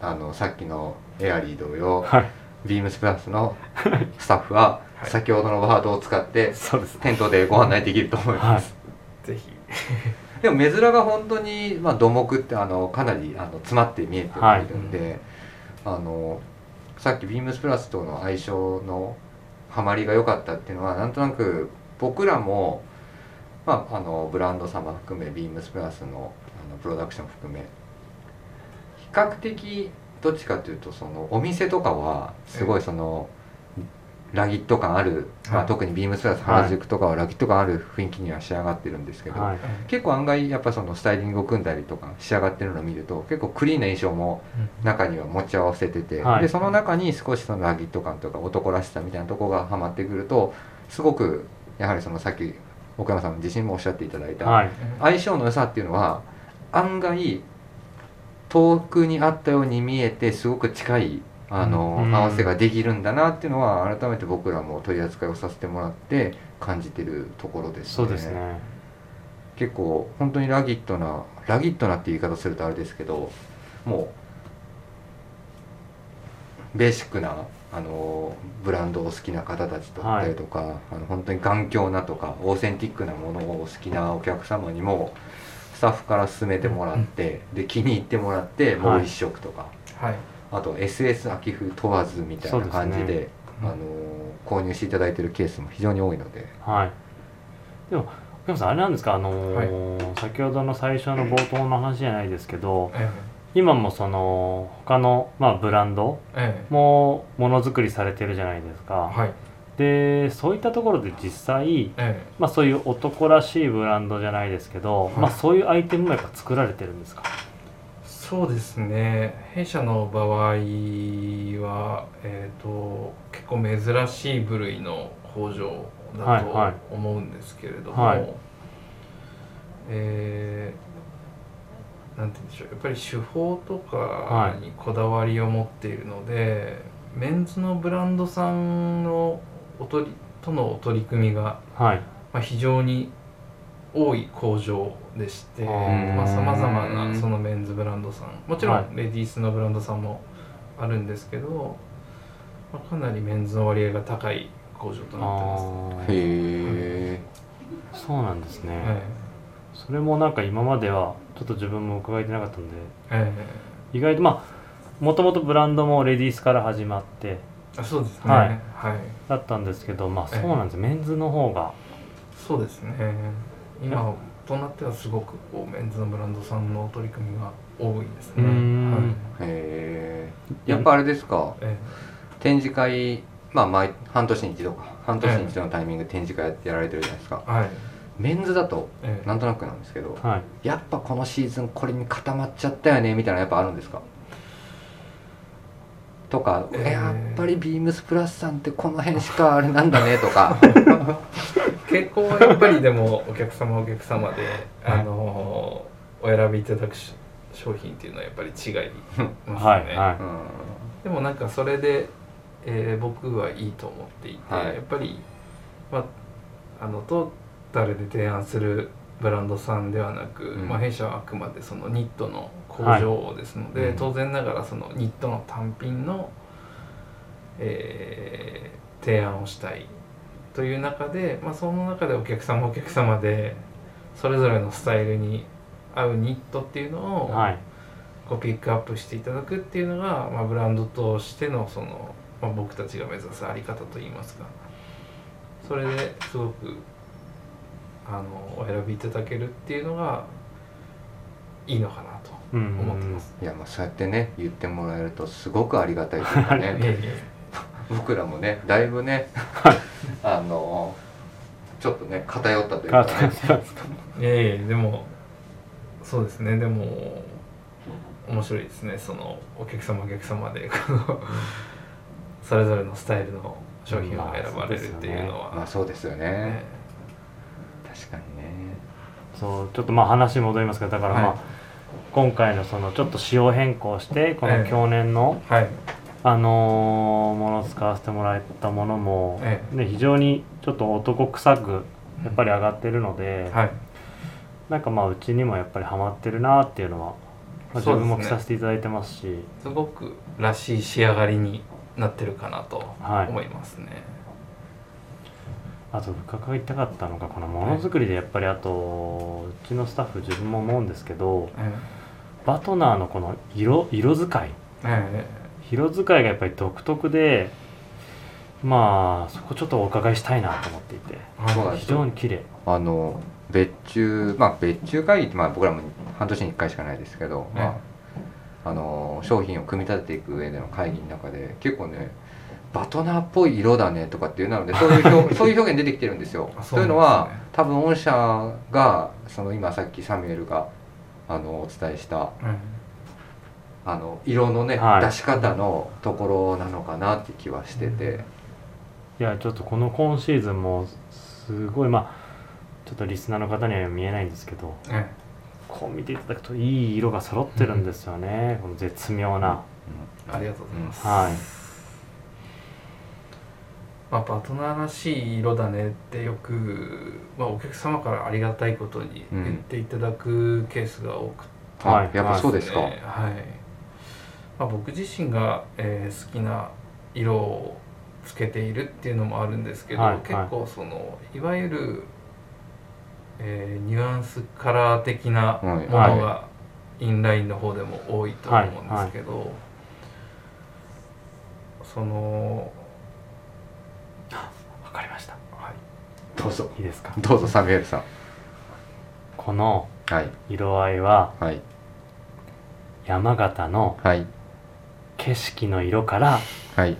あのさっきのエアリー同様、
はい
ビームスプラスのスタッフは
はい
先ほどのワードを使って
そうです
店頭でご案内できると思います
はい
ぜひ
でも目面が本当に、まあ、土木ってあのかなりあの詰まって見えてるんで、あのさっきビームスプラスとの相性のハマりが良かったっていうのはなんとなく僕らも、まあ、あのブランド様含めビームスプラスのあのプロダクション含め比較的どっちかというとそのお店とかはすごいその。ラギット感ある、ま
は
あ、
い
特にビームスプラス原宿とかはラギット感ある雰囲気には仕上がってるんですけど、
はい
結構案外やっぱそのスタイリングを組んだりとか仕上がってるのを見ると結構クリーンな印象も中には持ち合わせてて、
はい
でその中に少しそのラギット感とか男らしさみたいなところがはまってくるとすごくやはりそのさっき岡山さんの自信もおっしゃっていただいた、
はい
相性の良さっていうのは案外遠くにあったように見えてすごく近いあの、
うん
合わせができるんだなっていうのは改めて僕らも取り扱いをさせてもらって感じてるところですね。
そうですね
結構本当にラギットなラギットなって言い方するとあれですけどもうベーシックなあのブランドを好きな方たちとだったりとか、あの本当に頑強なとかオーセンティックなものを好きなお客様にもスタッフから勧めてもらって、で気に入ってもらってもう一色とか、
はい
あと SS 秋風問わずみたいな感じ
そ
で
うですね
あの購入していただいてるケースも非常に多いので。
はいでも奥山さんあれなんですかあのー先ほどの最初の冒頭の話じゃないですけど
え
今もその他のまあブランド
えええ
もものづくりされてるじゃないですか
はい
でそういったところで実際
え
まあそういう男らしいブランドじゃないですけど、
はい
まあそういうアイテムもやっぱ作られてるんですか
えそうですね弊社の場合は、えー、と結構珍しい部類の工場
は
だ
いはい
と思うんですけれども、
はい
えーなんて言うんでしょうやっぱり手法とかにこだわりを持っているので、メンズのブランドさんのおとりとのお取り組みが
はい
まあ、非常に多い工場でして
あ
さ
ー
まざ、まなそのメンズブランドさんもちろ
はい
んレディースのブランドさんもあるんですけど、まあ、かなりメンズの割合が高い工場となってます、
あー
へ
そうなんですね、
はい
そそれもなんか今まではちょっと自分も伺えてなかったんで
え
意外とまあもともとブランドもレディースから始まって
えあそうですね
は
はいい、
だったんですけどまあそ
ええ
うなんですよメンズの方が
そうですね今となってはすごくこうメンズのブランドさんの取り組みが多いですね
うーん
はい
へえやっぱあれですか
え
展示会まあ毎半年に一度か半年に一度のタイミングで展示会やってやられてるじゃないですか
えはい
メンズだと
ええ
なんとなくなんですけど
はい
やっぱこのシーズンこれに固まっちゃったよねみたいなのやっぱあるんですかとか、
えー
やっぱりビームスプラスさんってこの辺しかあれなんだねとか
傾向はやっぱりでもお客様はお客様で、あのお選びいただくし商品っていうのはやっぱり違います
はい
ね、
は
うん
い
でもなんかそれで、えー僕はいいと思っていて、
はい
やっぱり、まあ、あのトータルで提案するブランドさんではなく、
うん
まあ、弊社はあくまでそのニットの工場ですので、
はいうん
当然ながらそのニットの単品の、えー提案をしたいという中で、まあ、その中でお客様お客様でそれぞれのスタイルに合うニットっていうのを、
はい
こうピックアップしていただくっていうのが、まあ、ブランドとしてのその、まあ、僕たちが目指すあり方といいますかそれですごくあのお選びいただけるっていうのがいいのかなと
うんうん
思ってます。
いやまあそうやってね言ってもらえるとすごくありがたいというか
いえい
ね僕らもねだいぶねあのちょっとね偏ったというかね
偏ってます
えいえいえでもそうですねでも面白いですねそのお客様お客様でこのそれぞれのスタイルの商品を選ばれるっていうのは。
まあそうですよね、
ね
確かにね
そうちょっとまあ話戻りますけどだからまあ、
はい
今回のそのちょっと仕様変更してこの
ええ
去年の、
はい
あのーものを使わせてもらったものも、
え
ね、非常にちょっと男臭くやっぱり上がってるので、
はい
なんかまあうちにもやっぱりハマってるなっていうのは、まあ自
そうですね
分も着させていただいてますし
すごくらしい仕上がりになってるかなと
はい
思いますね。
あと深く言いたかったのがこのものづくりでやっぱりあとうちのスタッフ自分も思うんですけど
え
バトナーのこの色色使い
え
色使いがやっぱり独特でまあそこちょっとお伺いしたいなと思っていて
はい
そうなんです
非常に綺麗
あの別注まあ別注会議って、まあ、僕らも半年に1回しかないですけど、
ええ
まあ、あの商品を組み立てていく上での会議の中で結構ねバトナーっぽい色だねとかっていうなのでそういう 表そういう表現出てきてるんですよ。
あ
と
そう
い
なんですね
うのは多分御社がその今さっきサミュエルがあのお伝えした
うん
あの色のね、
はい
出し方のところなのかなって気はしてて、
いやちょっとこの今シーズンもすごいまあちょっとリスナーの方には見えないんですけど
え
こう見ていただくといい色が揃ってるんですよね、この絶妙な、
えありがとうございます。
はい
まあ、パートナーらしい色だねってよく、まあ、お客様からありがたいことに
うん
言っていただくケースが多くて
あ
はい
やっぱそうですか、
ねはいまあ、僕自身が、えー好きな色をつけているっていうのもあるんですけど、
はいはい
結構そのいわゆる、えーニュアンスカラー的なもの
はい
がインラインの方でも多いと思うんですけど、その、
わかりました
はい、
どうぞ
いいですか
どうぞサミュエルさ
この
んはい
色合いは
はい
山形の
はい
景色の色から
はい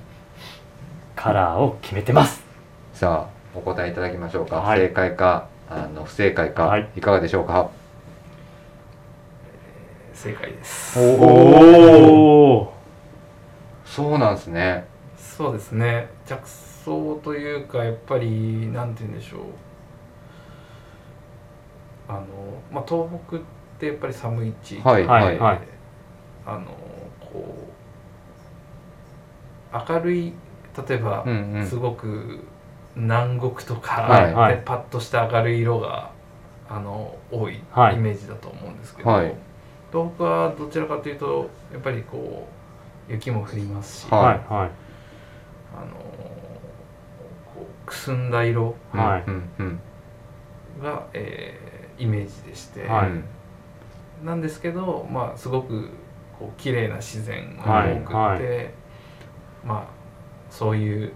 カラーを決めてます
さあお答えいただきましょうか、
はい
正解かあの不正解か、
はいい、
かがでしょうか
正解です。
お
お
そうなんですね
そうですね着想というかやっぱりなんて言うんでしょうあの、まあ、東北ってやっぱり寒い地域で、
はい
はい
はい
はい
あのこう明るい例えば
う、んうん
すごく南国とか、
はい
はい
でパッとした明るい色があの多いイメ
はい
ージだと思うんですけど、
はい
東北はどちらかというとやっぱりこう雪も降りますし、
ー
はい
はいはい
あのーこうくすんだ色
はい
うんうん
が、えイメージでして、
はい
なんですけど、まあ、すごくこう綺麗な自然が
はい
多くて、
はい
まあ、そういう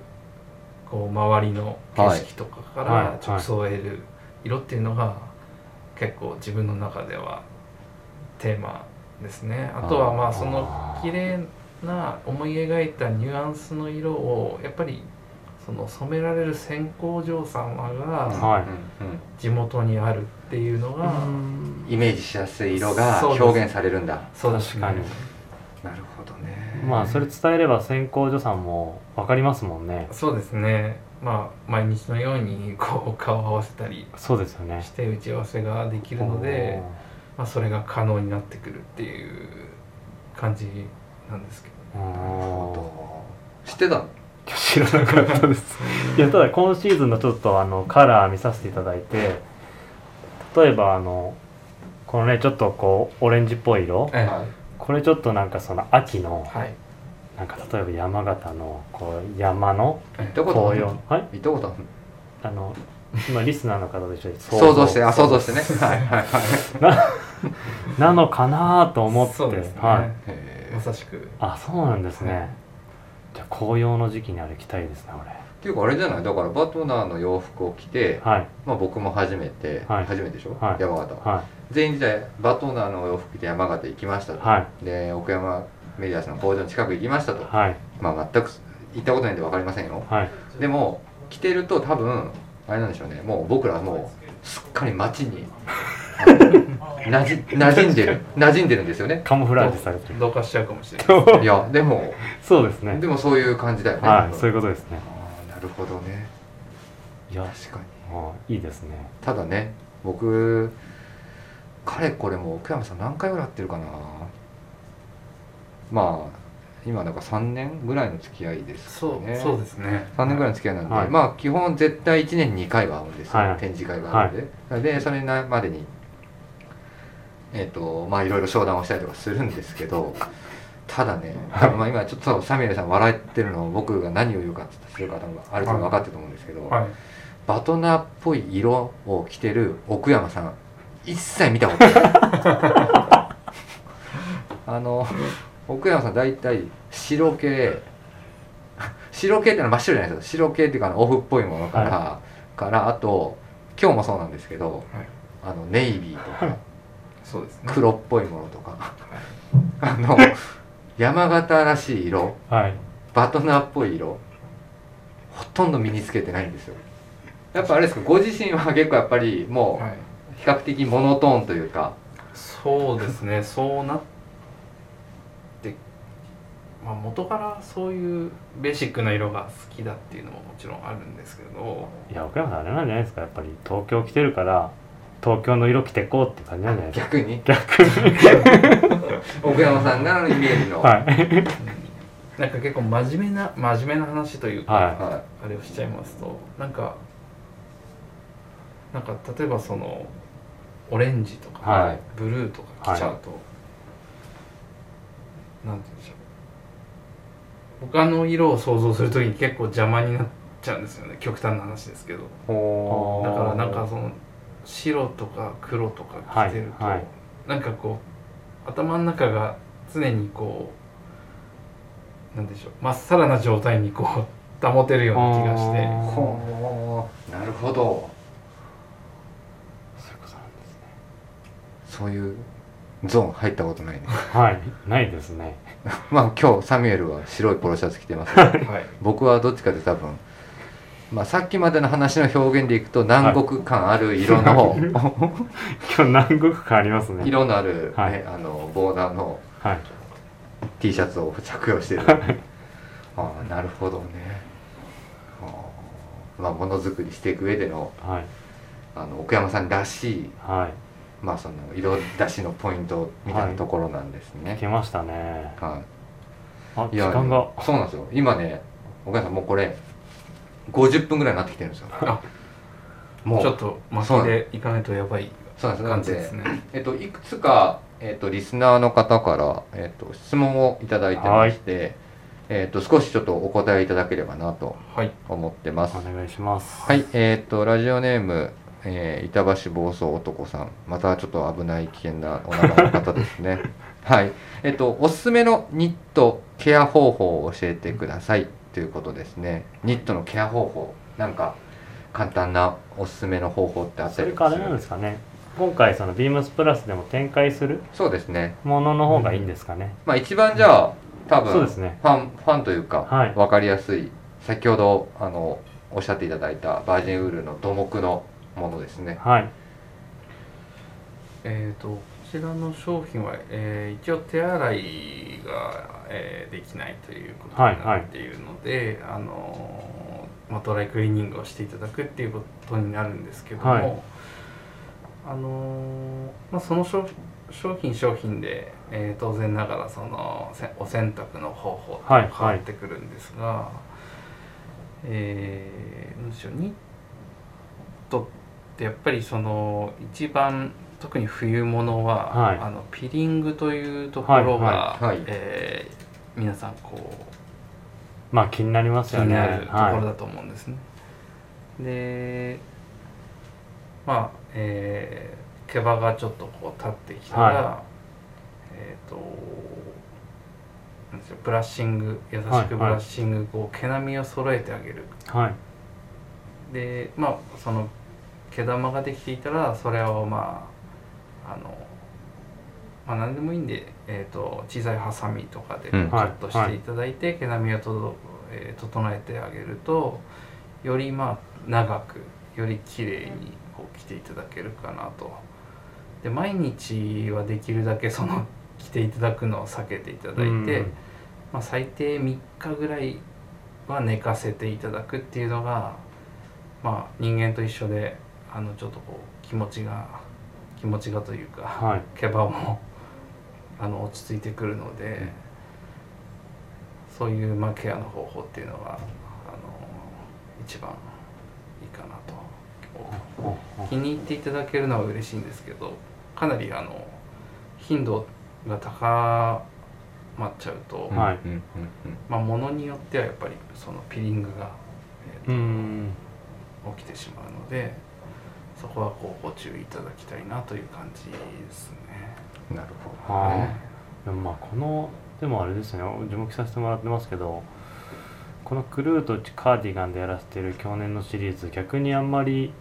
こう周りの景色とかか
はいは
ら
い
直想を得る色っていうのが結構自分の中ではテーマですね。あとはま
あ
あ
ー
その綺麗な思い描いたニュアンスの色をやっぱりその染められる線香嬢様が
はい
うんうん
地元にあるっていうのが、
イメージしやすい色が
そうです
表現されるんだ
そうですね
確かに
なるほどね
まあそれ伝えれば先行助さんも分かりますもんね
そうですねまあ毎日のようにこう顔を合わせたり
そうですよね
して打ち合わせができるので、まあ、それが可能になってくるっていう感じなんですけど
おー
なる
おー
ほど知ってたの
知らなかったです いやただ今シーズンのちょっとあのカラー見させていただいて例えばあのこのねちょっとこうオレンジっぽい色
ええ
はい
これちょっとなんかその秋の
はい
なんか例えば山形のこう山の
行ったことあ
紅
る
葉
行
はい
ったことある
あの今リスナーの方と一緒に
想像してあ想像して ねはいはいはい
なのかなと思って
そうですね、
はい
へ
ま
ー
さしく
あそうなんですね、
はい
じゃあ紅葉の時期にあれ着たいですね俺
っていうかあれじゃないだからバトナーの洋服を着て、
はい
まあ、僕も初めて、
はい
初めてでしょ、
はい
山形
は
全員でバトナーの洋服着て山形行きました
い
と、
はい
で奥山メディアスの工場の近く行きましたと、
はい
まあ、全く行ったことないんで分かりませんよ
はい
でも着てると多分あれなんでしょうねもう僕らはもうすっかり街 にあのなじ馴染んでる馴染んでるんですよ ね
カモフラージュされてる
同化しちゃうかもしれない
いやでも
そうですね
でもそういう感じだよね、
はいそういうことですね
あーなるほどね
いや
確かに
あいいですね
ただね僕かれこれもう奥山さん何回ぐらい会ってるかなまあ今だから3年ぐらいの付き合いです
そ
か
う、
ね
そうですね
3年ぐらいの付き合いなんで、
はい
まあ基本絶対1年2回は会うんですよ、
はい
展示会があるんで、でそれなまでにえっ、とまあいろいろ商談をしたりとかするんですけどただね、多分まあ今ちょっとサミュエルさん笑ってるのを僕が何を言うかってするか多分ある程度分かってると思うんですけど、
はい
バトナーっぽい色を着てる奥山さん一切見た ことないあの奥山さん大体白系白系ってのは真っ白じゃないですよ白系っていうかあのオフっぽいものから、からあと今日もそうなんですけど、
はい
あのネイビーと か
そうですね
黒っぽいものとかあの山形らしい色
はい
バトナーっぽい色ほとんど身につけてないんですよやっぱあれですかご自身は結構やっぱりも
はいう
比較的モノトーンというか
そうです ねそうなって、まあ、元からそういうベーシックな色が好きだっていうのももちろんあるんですけど
いや奥山さんあれなんじゃないですかやっぱり東京来てるから東京の色着てこうって感じなんじゃないですか
逆に
逆に
奥山さんがのイメージの、
はい
なんか結構真面目な真面目な話というか、
は
は
あれをしちゃいますとなんかなんか例えばそのオレンジとか、
はい
ブルーとか着ちゃうと、なんて言うんでしょう他の色を想像するときに結構邪魔になっちゃうんですよね極端な話ですけど
い、ほ
ー
だからなんかその白とか黒とか着てると、
はいはい
なんかこう頭の中が常にこうなんでしょうまっさらな状態にこう保てるような気がして
あー
うほうなるほど
そういうことなんですね
そういうゾーン入ったことないね
はいないですね
まあ今日サミュエルは白いポロシャツ着てます けど
はい
僕はどっちかで多分まあさっきまでの話の表現でいくと南国感ある色 の、
今日南国感ありますね
色のある、ね
はい
あのボーダーの
はい
T シャツを着用してるああなるほどねああまあものづくりしていく上での
はい
あの奥山さんらしい、
はい
まあ、その色出しのポイントみたいなところなんです
行
ね、
けましたね
はい
あ
い
時
や
間が
そうなんですよ今ね奥山さんもうこれ50分ぐらいになってきてるんですよ
あ
もう
ちょっと巻きでいかないとやばい
そうなんですなん
感じ
で
ですね
えっと、いくつか、えっと、リスナーの方から、えっと、質問をいただいてまして、えっと、少しちょっとお答えいただければなと
はい
思ってます。
お願いします
はい、えっと、ラジオネーム、えー板橋暴走男さんまたちょっと危ない危険なお名前の方です ねはいえっとおすすめのニットケア方法を教えてくださいということですねニットのケア方法なんか簡単なおすすめの方法ってあった
そ
り
れ
と
かあ
か
れ
す
なん
る
ですかね今回そのビームスプラスでも展開する
そうですね
ものの方がいいんですかね、
まあ一番じゃあ多
そう
分
ですね
ファンファンというか、
はい
分かりやすい先ほどあのおっしゃっていただいたバージンウールの土木のものですね
はい
えー、とこちらの商品は、えー一応手洗いが、えーできないということに
はいは
ないっているので、あのーまあ、ドライクリーニングをしていただくっていうことになるんですけども、
はい
あのーまあ、その商商品商品で、えー当然ながらそのせお洗濯の方法って
はい
変
は
わ
い
ってくるんですが、えー、なんでしょうニットってやっぱりその一番特に冬物は、
はい
あのピリングというところが、
はいはいはい
えー皆さんこう
まあ気になります
気
よ
に
ね
なるところ
は
だと思うんですね。でまあ、えー毛羽がちょっとこう立ってきたら、
は
えっ、となんでしょうブラッシング優し
はい
くブラッシングこう毛並みを揃えてあげる。
い、はい、
でまあその毛玉ができていたらそれをまああの、まあ、何でもいいんで、えー、と小さいハサミとかでこ
う
うんカット
は
し
いは
て
い
いただいて、毛並みをとど、えー整えてあげるとよりまあ長くより綺麗にこう着ていただけるかなと。で毎日はできるだけその着ていただくのを避けていただいて。
うん
まあ、最低3日ぐらいは寝かせていただくっていうのが、まあ、人間と一緒であのちょっとこう気持ちが気持ちがというか
はい
毛羽もあの落ち着いてくるので、そういう、まあ、ケアの方法っていうのがあの一番いいかなと
おお
気に入っていただけるのは嬉しいんですけどかなりあの頻度が高まっちゃうと。
うん
はい
うんうんうん
まあ、ものによってはやっぱりそのピリングが、え
う
ー
ん
と起きてしまうのでそこはこうご注意いただきたいなという感じですね。
なるほど
は
はい
いでもまあこのでもあれですね樹木させてもらってますけどこのクルーとカーディガンでやらせてる去年のシリーズ逆にあんまり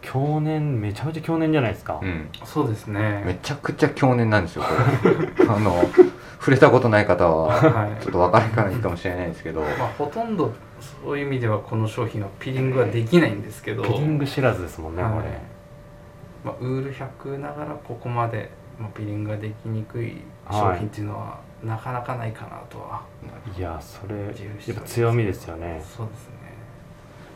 去年めちゃめちゃ去年じゃないですか、
うん、
そうです
め
ね。
ちゃくちゃ去年なんですよこれ あの触れたことない方は
はい
ちょっと分からないかもしれないですけど
まあ、ほとんどそういう意味ではこの商品はピリングはできないんですけど
ピリング知らずですもんね、
はい
これ
まあ、ウール100ながらここまで、まあ、ピリングができにくい商品っていうのはなかなかないかなとは、
いやそれ
自由主張
やっぱ強みですよね
そうですね。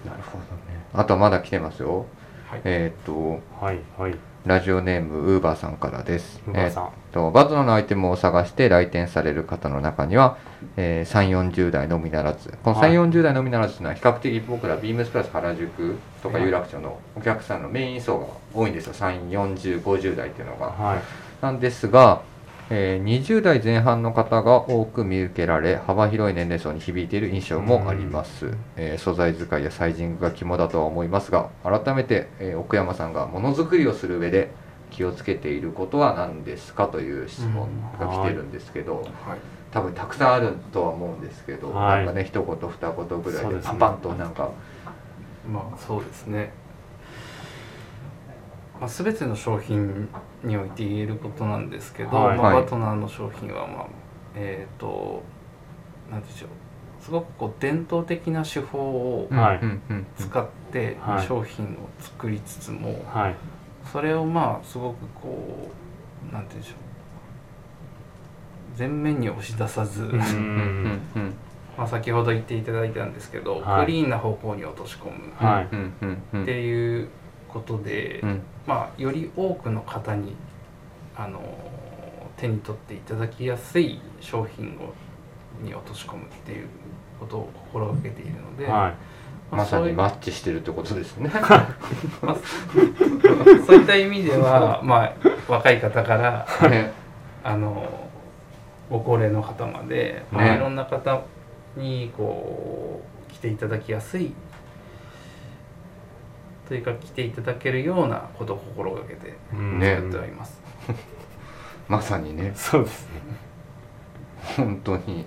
なるほどねあとはまだ来てますよ
はい、
えーっと
はいはい
ラジオネームウーバーさんからです
ウーバーさん、
えーっとバズナのアイテムを探して来店される方の中には、えー、3 4 0代のみならずこの
はい
3 4 0代のみならずというのは比較的僕らビームスプラス原宿とか有楽町のお客さんのメイン層が多いんですよ3 4 0 5 0代っていうのが
はい
なんですが、えー20代前半の方が多く見受けられ幅広い年齢層に響いている印象もあります、えー素材使いやサイジングが肝だとは思いますが改めて、えー奥山さんがものづくりをする上で気をつけていることは何ですかという質問が来てるんですけど、
はい
多分たくさんあるとは思うんですけど、
はい
なんかね一言二言ぐらい
そう
で
です
パ
ね
パンとなんか、
まあそうですね、まあ、全ての商品において言えることなんですけど、
はい
まあ
はい
パートナーの商品はまあえっ、と何でしょうすごくこう伝統的な手法を
は
う
い
んうんうん
使って
はい
商品を作りつつも、
はい
それをまあすごくこう何て言うんでしょう全面に押し出さず、
う
うんうん
ん
うん
まあ先ほど言っていただいたんですけど、
はい
クリーンな方向に落とし込む
は
っ
い
うんうんうん
ていうことで、
うん
まあ、より多くの方に、あの手に取っていただきやすい商品をに落とし込むっていうことを心がけているので、
は
まあ
まさ
そうい
に
う
マッチしてるってこと ですね
まあ そういった意味では、まあ、若い方から、
ね
あのご高齢の方まで、まあ
ね
いろんな方にこう来ていただきやすい追加来ていただけるようなことを心がけて
うん
ね
やっております、
まさにね
そうですね
本当に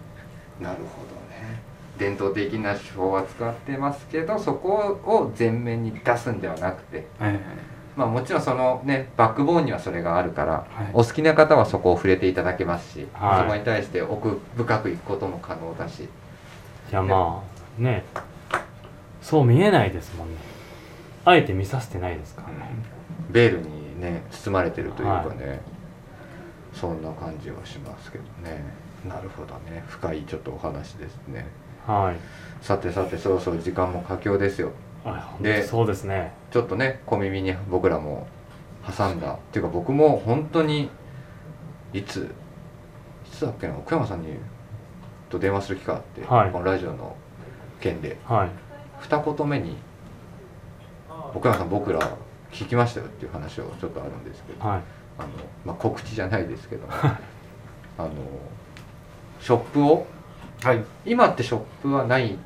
なるほどね伝統的な手法は使ってますけどそこを前面に出すんではなくて
え
まあもちろんそのねバックボーンにはそれがあるから
えはい
お好きな方はそこを触れていただけますし、
はい
そこに対して奥深く行くことも可能だし
いやまあねそう見えないですもんねあえて見させてないですからね
ベールにね包まれてるというかね、そんな感じはしますけどねなるほどね深いちょっとお話ですね
はい
さてさてそろそろ時間も佳境ですよ
あ
で
本当そうですね
ちょっとね小耳に僕らも挟んだっていうか僕も本当にいついつだっけな奥山さんにと電話する機会あって、
はい
このラジオの件で
はい
二言目に奥山さん僕ら聞きましたよっていう話をちょっとあるんですけど、
はい
あのまあ、告知じゃないですけども あのショップを
はい、
今ってショップはない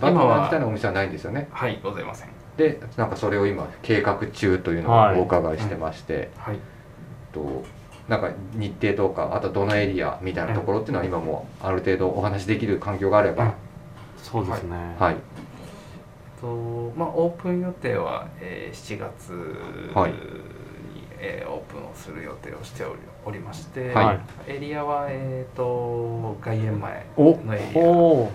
バンドマン自体のお店はないんですよね
はい、ございません
でなんかそれを今計画中というの
はい
をお伺いしてまして、
はい
となんか日程とかあとどのエリアみたいなところっていうのは今もうある程度お話しできる環境があれば、
そうですね
はい
とまあオープン予定は、えー7月に、
はい
えーオープンをする予定をしておりおりまして、
はい
はい
エリアはえっ、と外苑前
お
のエリア
お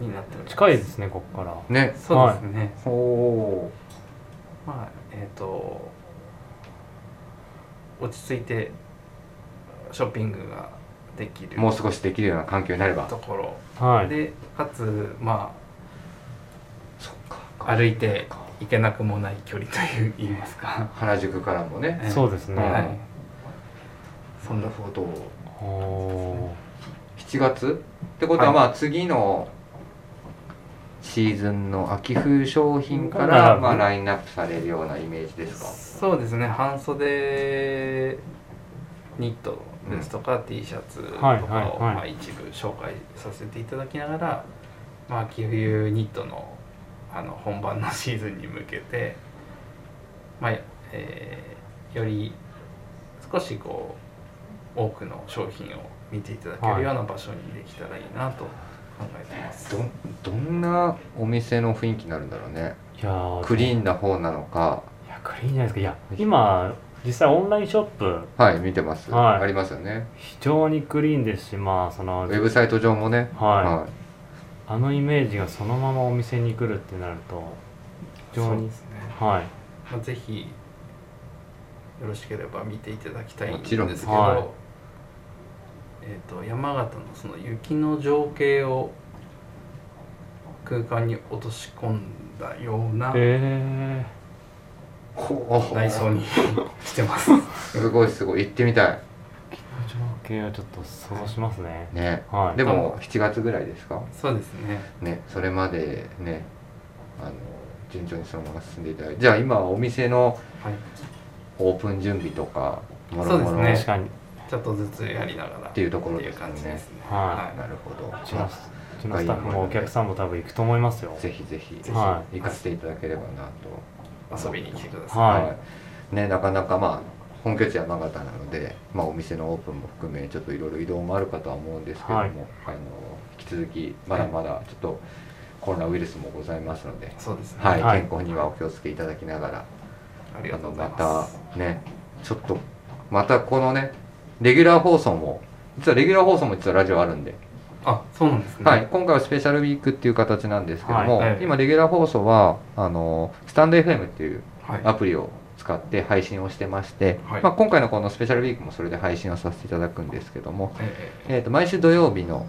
ー
になっております
近いですねここから
ね
そうですね、
おお
まあえっ、と落ち着いてショッピングができる
もう少しできるような環境になれば
ところ
はい
でかつま
そっか
あ歩いて行けなくもない距離という言いますか、
原宿からもね
ええ
そうですね
はいそ
そ
ん
ん
な
な
ふう
ことを
お
7月ってことは
はい
まあ次のシーズンの秋冬商品か
な
ら
る
まあラインナップされるようなイメージですか
そうですね半袖ニットですとか、T シャツとかを、
はいはいはい
まあ、一部紹介させていただきながら、まあ、秋冬ニットのあの本番のシーズンに向けて、まあえーより少しこう多くの商品を見ていただけるような場所にできたらいいなと考えてます。
どどんなお店の雰囲気になるんだろうね
ーいやー
クリーンな方なのか
いやクリーンじゃないですかいや今実際オンラインショップ
はい見てます、
はい
ありますよね
非常にクリーンですしまあその
ウェブサイト上もね
はいあのイメージがそのままお店に来るってなると非常
そう
に
ですね
はい
まあ、ぜひよろしければ見ていただきたいん
も
です
ち
けど
ろんです
はい
えー、と山形のその雪の情景を空間に落とし込んだような
え
ほう
内装にしてます。
すごいすごい行ってみたい
ー、情景はちょっと想像しますね
ね
はい
でも7月ぐらいですか
そうですね
ねそれまでねあの順調にそのまま進んでいただいてじゃあ今お店の
はい、
オープン準備とかも
そ
ろ
うで
も
す
ろ
ね
確かに
ちょっとずつやりながらっ
っていうところ
てい
で
う
すよ
感じで
ね
すね。
は
なるほど
うちのうちのスタッフもお客さんも多分行くと思いますよ
ぜひぜひ
ぜ
行
ひ
は
かせていただければな
遊びに来てくだ
と
さい。
はい
いねなかなかまあ本拠地山形なので、まあ、お店のオープンも含めちょっといろいろ移動もあるかとは思うんですけども、
はい
あの引き続きまだまだちょっとコロナウイルスもございますので、
そうですね、
はい
はい
健康にはお気をつけいただきながら
ありがとうござ
ま
います。
たねちょっとまたこのねレギュラー放送も実はレギュラー放送も実はラジオあるんで、
あ、そうなんですね。
はい、今回はスペシャルウィークっていう形なんですけども、
はいはい
今レギュラー放送はあのスタンド FM っていう
はい。
アプリを使って配信をしてまして、
はい
まあ、今回のこのスペシャルウィークもそれで配信をさせていただくんですけども、
え
えー、と毎週土曜日の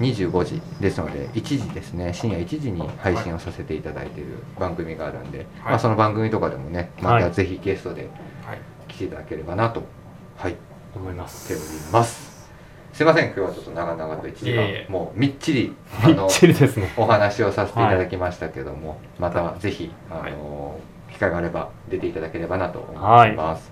25時ですので1時ですね深夜1時に配信をさせていただいている番組があるんで、まあ、その番組とかでもねまたぜひゲストで
えはい。
来ていただければなとはい
思いま
思っており
す
ますすいません今日はちょっと長々と1時
いえいえ
間もうみっちりあ
みっ
の
ちりですね
お話をさせていただきましたけども、またぜひあ
はい
の、機会があれば出ていただければなと思い
はい
ます、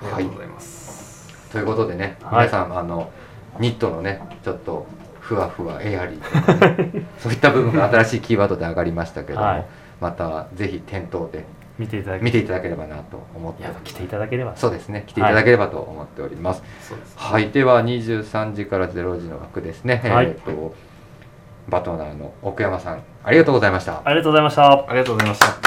ありがとうございます。
ということでね、
はい
皆さんあのニットのねちょっとふわふわエアリーと か、ね、そういった部分が新しいキーワードで上がりましたけども、
はい
またぜひ店頭で
見ていただけ
見ていただければなと思ってお
や
り
っぱ
ま
来
す
ていただければ
そうですね来ていただければと思っております
そうですね
はい、では23時から0時の枠ですね、
はい
えーとバトナーの奥山さんありがとうございました
ありがとうございました
ありがとうございました